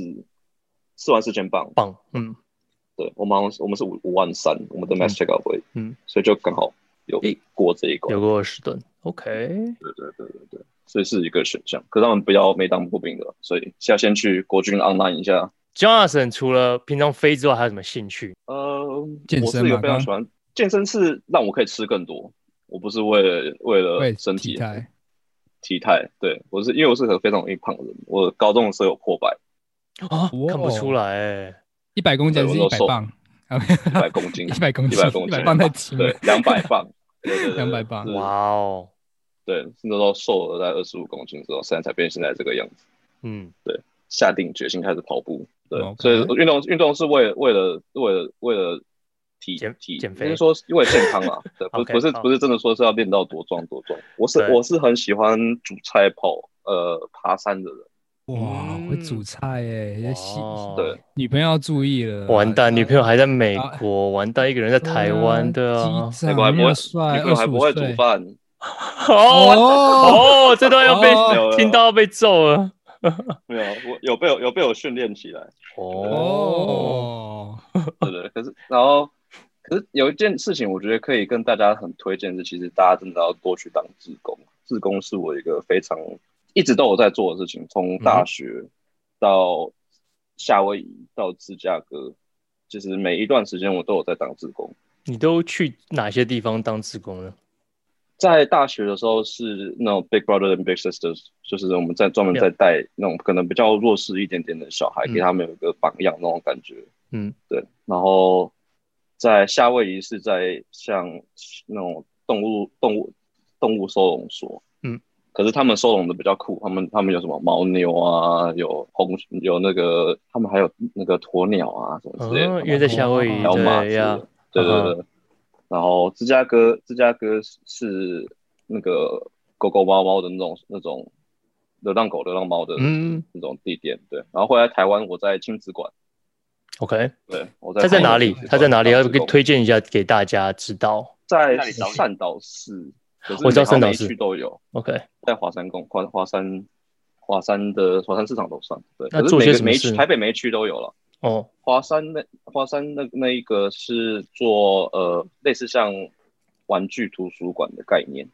Speaker 5: 四万四千磅，
Speaker 4: 磅，嗯，
Speaker 5: 对我们好像是我们是五五万三，我们的 mass check out 会，
Speaker 4: 嗯，
Speaker 5: 所以就刚好有
Speaker 4: 诶
Speaker 5: 过这一关
Speaker 4: 有，个二十吨，OK，
Speaker 5: 对对对对对，所以是一个选项。可是他们不要没当过兵的，所以要先去国军 online 一下。
Speaker 4: Jonathan 除了平常飞之外，还有什么兴趣？
Speaker 5: 呃，
Speaker 3: 健
Speaker 5: 我
Speaker 3: 身
Speaker 5: 是一个
Speaker 3: 嘛
Speaker 5: 非常
Speaker 3: 刚
Speaker 5: 喜欢健身，是让我可以吃更多。我不是为了
Speaker 3: 为
Speaker 5: 为了呃身体
Speaker 3: 体态，
Speaker 5: 体态，对我是因为我是个非常容易胖的人，我高中的时候有破百
Speaker 4: 啊，
Speaker 3: 哇
Speaker 4: 看不出来、欸，
Speaker 3: 一百公斤还是
Speaker 5: 对
Speaker 3: 一
Speaker 5: 我都
Speaker 3: 百
Speaker 5: 瘦
Speaker 3: 磅？
Speaker 5: 一百公 斤，
Speaker 3: 一百公斤，
Speaker 5: 100公
Speaker 3: 一
Speaker 5: 斤
Speaker 3: 百磅太轻了
Speaker 5: 对，，两百磅，对对对对
Speaker 3: 200磅
Speaker 5: 是
Speaker 4: 哇哦，
Speaker 5: 对，那时候瘦了大概二十五公斤之后，现在才变现在这个样子。
Speaker 4: 嗯，
Speaker 5: 下定决心开始跑步，对
Speaker 3: OK
Speaker 5: 所以运动运动是为了为了为了为了体
Speaker 4: 减
Speaker 5: 体
Speaker 4: 减肥
Speaker 5: 就是说为了健康啊， 对，不
Speaker 4: OK，
Speaker 5: 不是
Speaker 4: 好
Speaker 5: 不是真的说是要练到多壮多壮，我是
Speaker 4: 对
Speaker 5: 我是很喜欢煮菜跑呃爬山的人，
Speaker 3: 哇，会煮菜耶！这西
Speaker 4: 哇哦
Speaker 5: 对，
Speaker 3: 嗯女朋友要注意了，
Speaker 4: 完蛋，女朋友还在美
Speaker 3: 啊
Speaker 4: 国，完蛋，一个人在台湾，对啊，
Speaker 3: 机
Speaker 5: 那
Speaker 3: 长
Speaker 5: 个还不
Speaker 3: 那
Speaker 5: 会
Speaker 3: 么帅，
Speaker 5: 女朋友还不会
Speaker 3: 25
Speaker 5: 煮
Speaker 3: 岁
Speaker 5: 饭，
Speaker 4: 哦
Speaker 3: 哦，
Speaker 4: 哦，这段要被、
Speaker 5: 哦
Speaker 4: 听到要被揍了，
Speaker 5: 没有我有被我有被我训练起来，
Speaker 4: 哦，
Speaker 3: 哦，
Speaker 5: 对对，可是然后可是有一件事情，我觉得可以跟大家很推荐是，其实大家真的要多去当志工。志工是我一个非常一直都有在做的事情，从大学到夏威夷到芝加哥，就是每一段时间我都有在当志工。
Speaker 4: 你都去哪些地方当志工呢？
Speaker 5: 在大学的时候是那种 Big Brother and Big Sisters，就是我们在专门在带那种可能比较弱势一点点的小孩，
Speaker 4: 嗯
Speaker 5: 给他们有一个榜样那种感觉。
Speaker 4: 嗯，
Speaker 5: 对。然后在夏威夷是在像那种动物动物动物收容所。
Speaker 4: 嗯。
Speaker 5: 可是他们收容的比较酷，他们他们有什么牦牛啊，有红有那个他们还有那个鸵鸟啊什么之类的。
Speaker 4: 哦，因为在夏威夷，
Speaker 5: 然后马
Speaker 4: 对嗯
Speaker 5: 之类
Speaker 4: 呀
Speaker 5: 的，对对对。然后芝加哥，芝加哥是那个狗狗猫猫的那种那种流浪狗、流浪猫的
Speaker 4: 嗯
Speaker 5: 那种地点，对。然后后来台湾，我在亲子馆，
Speaker 4: ，OK，
Speaker 5: 对我在
Speaker 4: 他在哪里
Speaker 5: 亲子？馆
Speaker 4: 他在哪里？要
Speaker 5: 当志工
Speaker 4: 推荐一下给大家知道
Speaker 5: 在
Speaker 6: 那里找你
Speaker 5: 善导市，可是
Speaker 4: 我知道
Speaker 5: 每
Speaker 4: 善导
Speaker 5: 每一
Speaker 4: 市
Speaker 5: 区都有，
Speaker 4: ，OK，
Speaker 5: 在华山公华华山华山的华山市场楼上，对。
Speaker 4: 那
Speaker 5: 可是
Speaker 4: 做
Speaker 5: 每
Speaker 4: 些
Speaker 5: 个
Speaker 4: 什么
Speaker 5: 每一
Speaker 4: 事
Speaker 5: 区台北每一区都有了。
Speaker 4: 哦，
Speaker 5: 华山那华山那那一个是做呃类似像玩具图书馆的概念，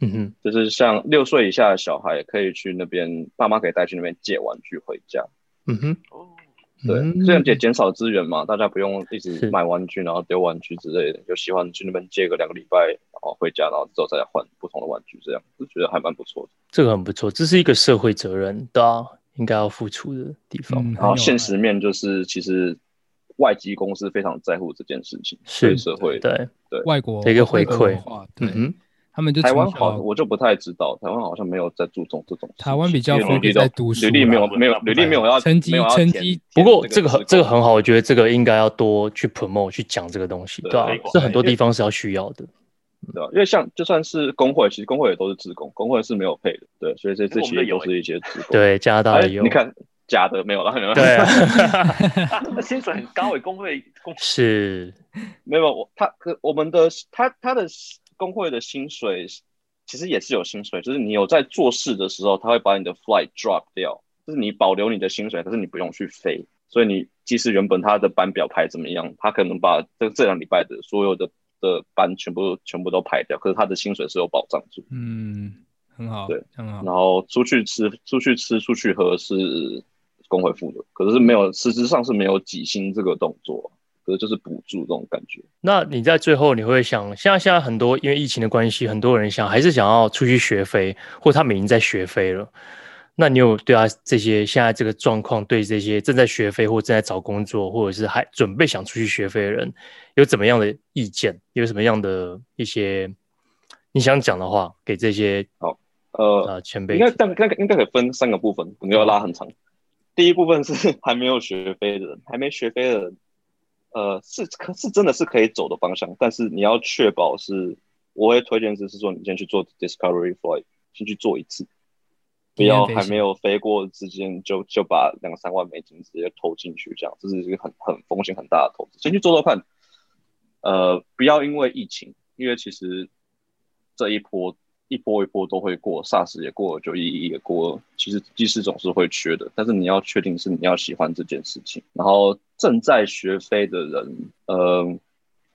Speaker 4: 嗯哼，
Speaker 5: 就是像六岁以下的小孩可以去那边，爸妈可以带去那边借玩具回家。
Speaker 4: 嗯哼，
Speaker 6: 哦，
Speaker 5: 对，
Speaker 4: 嗯
Speaker 5: 这样也减少资源嘛，大家不用一
Speaker 4: 是
Speaker 5: 直买玩具，然后丢玩具之类的。有喜欢去那边借个两个礼拜，然后回家，然后之后再换不同的玩具，这样就觉得还蛮不错的。
Speaker 4: 这个很不错，这是一个社会责任的啊、应该要付出的地方。
Speaker 3: 嗯
Speaker 5: 然
Speaker 3: 很
Speaker 5: 后
Speaker 3: 有
Speaker 5: 现实面就是，其实外籍公司非常在乎这件事情，
Speaker 4: 是
Speaker 5: 对社会。
Speaker 4: 对，
Speaker 3: 外国
Speaker 4: 的一个回馈
Speaker 3: 外国文化
Speaker 4: 嗯
Speaker 3: 对
Speaker 4: 哼，
Speaker 3: 他们就
Speaker 5: 台湾
Speaker 3: 从小
Speaker 5: 好，我就不太知道，台湾好像没有在注重这种事情。
Speaker 3: 台湾比较
Speaker 5: 因为
Speaker 3: focus
Speaker 5: 履历都
Speaker 3: 在读书
Speaker 5: 履历没有
Speaker 6: 啦
Speaker 5: 没有履历没有要
Speaker 3: 成绩
Speaker 5: 没有要
Speaker 3: 成
Speaker 5: 填
Speaker 3: 绩
Speaker 4: 不
Speaker 5: 填
Speaker 4: 过这个
Speaker 5: 时
Speaker 4: 很
Speaker 5: 空
Speaker 4: 这个很好，我觉得这个应该要多去 promote 去讲这个东西，
Speaker 5: 对
Speaker 4: 对啊
Speaker 6: 推，广
Speaker 4: 这很多地方是要需要的。
Speaker 5: 对吧？因为像就算是工会，其实工会也都是职工，工会是没有配的，对，所以这
Speaker 4: 哎
Speaker 6: 可是
Speaker 5: 这
Speaker 6: 我
Speaker 5: 其
Speaker 6: 们的
Speaker 5: 实
Speaker 6: 有
Speaker 5: 都是一些职工。
Speaker 4: 对，加拿大
Speaker 5: 哎，
Speaker 4: 也有，
Speaker 5: 你，看假的没有啦，没有啦
Speaker 4: 对啊，
Speaker 6: 那薪水很高诶，欸工会工
Speaker 4: 是，
Speaker 5: 没有我他可我们的他他的工会的薪水其实也是有薪水，就是你有在做事的时候，他会把你的 flight drop 掉，就是你保留你的薪水，可是你不用去飞，所以你即使原本他的班表排怎么样，他可能把这这两礼拜的所有的的班全部全部都排掉，可是他的薪水是有保障住。
Speaker 3: 嗯，很好，
Speaker 5: 对，
Speaker 3: 很好，
Speaker 5: 然后出去吃、出去吃、出去喝是工会付的，可是没有，实质上是没有几薪这个动作，可是就是补助这种感觉。
Speaker 4: 那你在最后你会想，像现在很多因为疫情的关系，很多人想还是想要出去学飞，或他们已经在学飞了。那你有对啊这些现在这个状况，对这些正在学飞或正在找工作，或者是还准备想出去学飞的人，有怎么样的意见？有什么样的一些你想讲的话，给这些
Speaker 5: 好呃，
Speaker 4: 呃前辈
Speaker 5: 应？该大概应该可以分三个部分，可能要拉很长。 第一部分是还没有学飞的人，还没学飞的人，呃，是可是真的是可以走的方向，但是你要确保是，我会推荐就是说你先去做 discovery flight，先去做一次，不
Speaker 3: 体验
Speaker 5: 要
Speaker 3: 飞
Speaker 5: 还
Speaker 3: 行
Speaker 5: 没有飞过之前就就把两三万美金直接投进去，这样这是一个很很风险很大的投资，先去做做看。呃，不要因为疫情，因为其实这一波一波一波都会过，SARS 也过，九一一也过，其实技师总是会缺的。但是你要确定是你要喜欢这件事情，然后正在学飞的人，呃，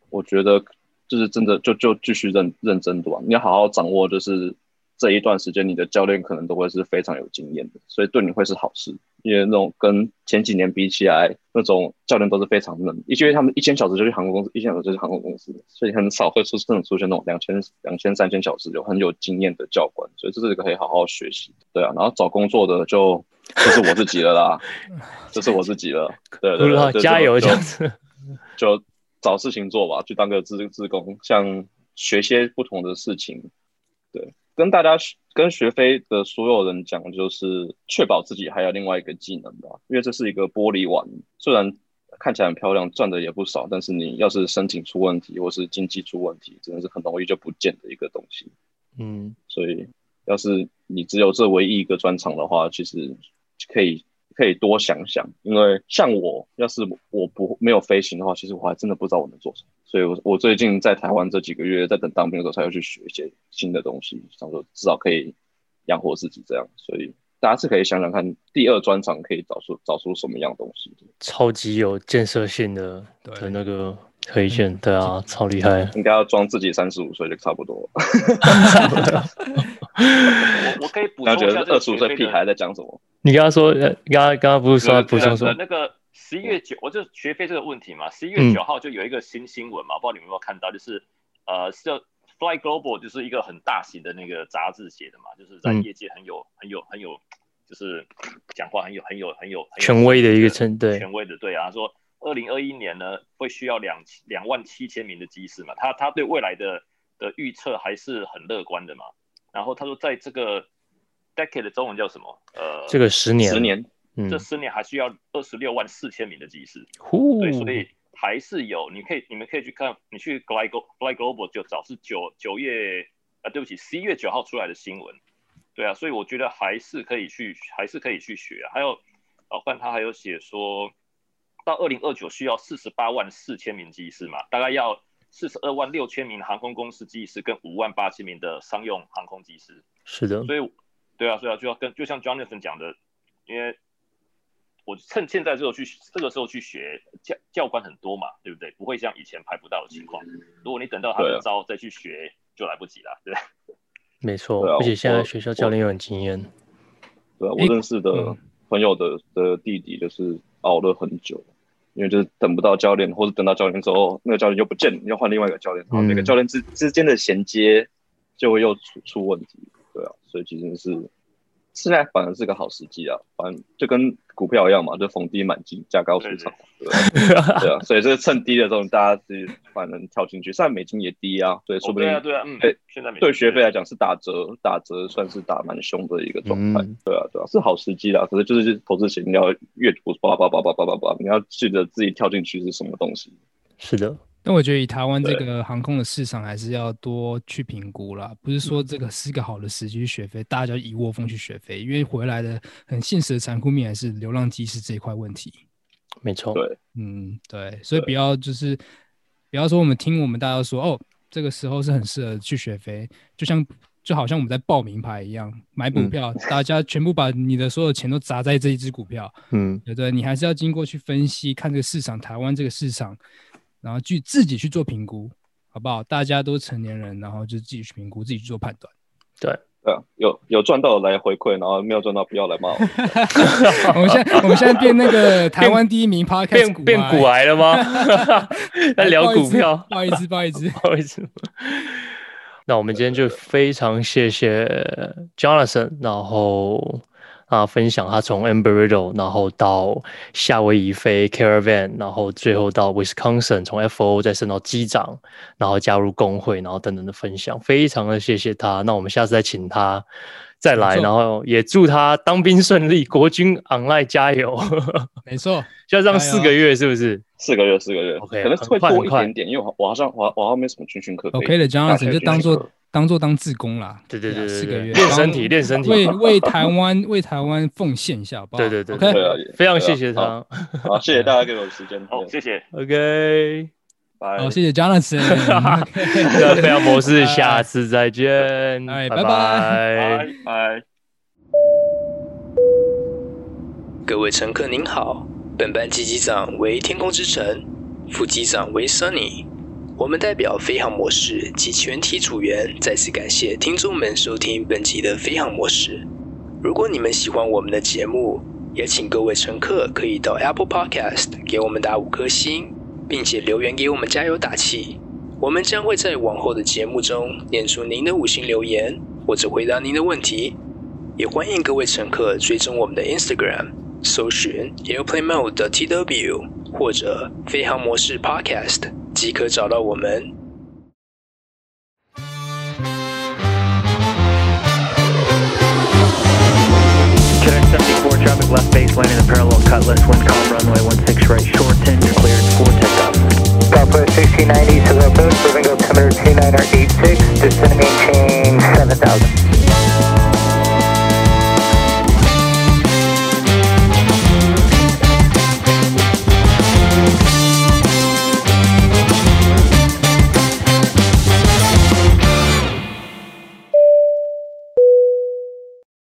Speaker 5: 我觉得就是真的就就继续认认真地玩，你要好好掌握，就是这一段时间你的教练可能都会是非常有经验的，所以对你会是好事。因为那种跟前几年比起来，那种教练都是非常嫩，因为他们一千小时就去航空公司，一千小时就去航空公司，所以很少会出这种出现那种两千、两千、三千小时有很有经验的教官，所以这是一个可以好好学习的。对啊，然后找工作的就就是我自己了啦，就是我自 己了。对对
Speaker 4: 不知道
Speaker 5: 对，就
Speaker 4: 加油
Speaker 5: 就
Speaker 4: 这样子。
Speaker 5: 就找事情做吧，去当个自自工，像学些不同的事情。对，跟大家跟学飞的所有人讲，就是确保自己还有另外一个技能吧，因为这是一个玻璃碗，虽然看起来很漂亮，赚的也不少，但是你要是申请出问题，或是经济出问题，真的是很容易就不见的一个东西。
Speaker 4: 嗯，
Speaker 5: 所以要是你只有这唯一一个专长的话，其实可以可以多想想，因为像我，要是我不没有飞行的话，其实我还真的不知道我能做什么。所以我，我最近在台湾这几个月，在等当兵的时候，才要去学一些新的东西，想说至少可以养活自己这样。所以大家是可以想想看，第二专长可以找出找出什么样东西。
Speaker 4: 超级有建设性的
Speaker 3: 对
Speaker 4: 的那个推荐，对啊，超厉害。
Speaker 5: 应该要装自己三十五岁就差不多了，
Speaker 6: 我我可以补
Speaker 5: 然
Speaker 6: 充
Speaker 5: 后觉
Speaker 6: 一下
Speaker 5: 得
Speaker 6: 这个
Speaker 5: 二十
Speaker 6: 学
Speaker 5: 五
Speaker 6: 飞
Speaker 5: 岁
Speaker 6: 的
Speaker 5: 屁孩在讲什么。
Speaker 4: 你刚刚说，呃刚刚刚刚不是说
Speaker 6: 对啊
Speaker 4: 要补充说
Speaker 6: 对对那个十一月九，我就学费这个问题嘛，十一
Speaker 4: 嗯
Speaker 6: 月九号就有一个新新闻嘛，不知道你们有没有看到，就是呃，是叫 Fly Global 就是一个很大型的那个杂志写的嘛，就是在
Speaker 4: 嗯
Speaker 6: 业界很有、很有很有，就是讲话很有很有很有很有
Speaker 4: 权威的一个
Speaker 6: 声
Speaker 4: 称对
Speaker 6: 权威的对啊，他说二零二一年呢会需要两两万七千名的机师嘛，他他对未来的的预测还是很乐观的嘛，然后他说在这个 decade 的中文叫什么？呃，
Speaker 4: 这个十年，
Speaker 5: 十，年，
Speaker 4: 嗯
Speaker 6: 这，十年还需要二十六万四千名的技师，
Speaker 4: 呼
Speaker 6: 对，所以还是有，你可以你们可以去看，你去 Gly Glo- Gly Global 就找是九九月啊，对不起，十一月九号出来的新闻，对啊，所以我觉得还是可以去，还是可以去学、啊。还有老范他还有写说，到二零二九需要四十八万四千名技师嘛，大概要四十二万六千名航空公司技师跟五万八千名的商用航空技师，
Speaker 4: 是的，
Speaker 6: 所以，对啊，所以啊，就要跟就像 Jonathan 讲的，因为我趁现在这个去这个时候去学教教官很多嘛，对不对？不会像以前排不到的情况。如果你等到他
Speaker 5: 对啊
Speaker 6: 们招再去学，就来不及了，对不对？
Speaker 4: 没错
Speaker 5: 对啊，
Speaker 4: 而且现在
Speaker 5: 我
Speaker 4: 学校教练又很经验，
Speaker 5: 对啊，我
Speaker 3: 诶
Speaker 5: 认识的
Speaker 3: 嗯
Speaker 5: 朋友的的弟弟就是熬了很久，因为就是等不到教练，或者等到教练之后，那个教练又不见了，要换另外一个教练，然后每个
Speaker 4: 嗯
Speaker 5: 教练之之间的衔接就会又出出问题，对啊，所以其实是现在反而是个好时机啊，反正就跟股票一样嘛，就逢低买进，价高出场，对啊对啊，所以这个趁低的时候，大家自己反正跳进去，现在美金也低啊，对，说
Speaker 6: 哦
Speaker 5: 不
Speaker 6: 对
Speaker 5: 定
Speaker 6: 啊，对啊，嗯
Speaker 5: 对，
Speaker 6: 现在没
Speaker 5: 对学费来讲是打折，打折算是打蛮凶的一个状态。
Speaker 4: 嗯
Speaker 5: 对啊，对啊，是好时机啦。可是就是投资前你要阅读叭叭叭叭叭叭叭，你要记得自己跳进去是什么东西。
Speaker 4: 是的，
Speaker 3: 但我觉得以台湾这
Speaker 5: 对
Speaker 3: 个航空的市场，还是要多去评估啦。不是说这个是个好的时机去学飞，大家就一窝蜂去学飞，因为回来的很现实的残酷面还是流浪机师这一块问题。
Speaker 4: 没错，
Speaker 5: 对
Speaker 3: 嗯，对，所以不要就是不要说我们听我们大家说哦，这个时候是很适合去学飞，就像就好像我们在报名牌一样，买股
Speaker 4: 嗯
Speaker 3: 票，大家全部把你的所有钱都砸在这一只股票，
Speaker 4: 嗯，
Speaker 3: 对不对？你还是要经过去分析，看这个市场，台湾这个市场，然后去自己去做评估，好不好？大家都成年人，然后就自己去评估，自己去做判断。
Speaker 5: 对啊，有有赚到的来回馈，然后没有赚到不要 来骂我。
Speaker 3: 我们现在我们现在变那个台湾第一名 podcast
Speaker 4: 变
Speaker 3: 股
Speaker 4: 变
Speaker 3: 癌
Speaker 4: 股癌了吗？ 在聊股票，
Speaker 3: 不好意思，不好意思。不好 意思
Speaker 4: 不好意思。 那我们今天就非常谢谢 Jonathan，然后啊、分享他从 Embarado 然后到夏威夷飞 Caravan，然后最后到 Wisconsin，从 FO 再升到机长，然后加入工会，然后等等的分享，非常的谢谢他。那我们下次再请他再来，
Speaker 8: 没错
Speaker 4: 然后也祝他当兵顺利，国军 online 加油！
Speaker 8: 没错，
Speaker 4: 就这样
Speaker 8: 加油
Speaker 4: 四个月是不是？
Speaker 5: 四个月，四个月
Speaker 4: OK，
Speaker 5: 可能会
Speaker 4: 很快
Speaker 5: 多
Speaker 4: 很
Speaker 5: 一
Speaker 4: 快
Speaker 5: 点点，因为我我好像我我好像没什么军训课可以
Speaker 8: OK 的
Speaker 5: 大学
Speaker 8: ，Johnson
Speaker 5: 军
Speaker 8: 就
Speaker 5: 训
Speaker 8: 当做
Speaker 5: 课
Speaker 8: 当做当自工啦。
Speaker 4: 对对对
Speaker 8: 啊
Speaker 4: 对
Speaker 8: 四个
Speaker 4: 对，
Speaker 8: 月
Speaker 4: 练身体，练身体。
Speaker 8: 为为台湾为台湾奉献一下，好不好？
Speaker 4: 对对对
Speaker 8: OK，
Speaker 5: 对啊，也
Speaker 4: 非常谢谢。
Speaker 5: 对啊
Speaker 4: 他。
Speaker 5: 好，好谢谢大家给我的时间。
Speaker 6: 好，谢谢。
Speaker 4: OK，
Speaker 5: 拜。
Speaker 8: 好，谢谢 Jonathan 。
Speaker 4: 那 飞扬博士，啊下
Speaker 8: 哎
Speaker 4: 次再见，
Speaker 8: 哎
Speaker 4: 拜
Speaker 8: 拜拜
Speaker 4: 拜
Speaker 6: 拜。拜。
Speaker 3: 各位乘客您好，本班机机长为天空之城，副机长为 Sunny。我们代表飞航模式及全体组员再次感谢听众们收听本集的飞航模式。如果你们喜欢我们的节目，也请各位乘客可以到 Apple Podcast 给我们打五颗星，并且留言给我们加油打气。我们将会在往后的节目中念出您的五星留言，或者回答您的问题。也欢迎各位乘客追踪我们的 Instagram，搜寻 Airplane Mode 的 TW 或者飞行模式 Podcast，即可找到我们。
Speaker 1: Cadet 74, traffic left baseline in a parallel cutlass, wind calm runway 16 right, short 10, you're cleared for takeoff.
Speaker 9: Southwest 1690 to the approach, moving up altimeter 2986, descending maintain 7000.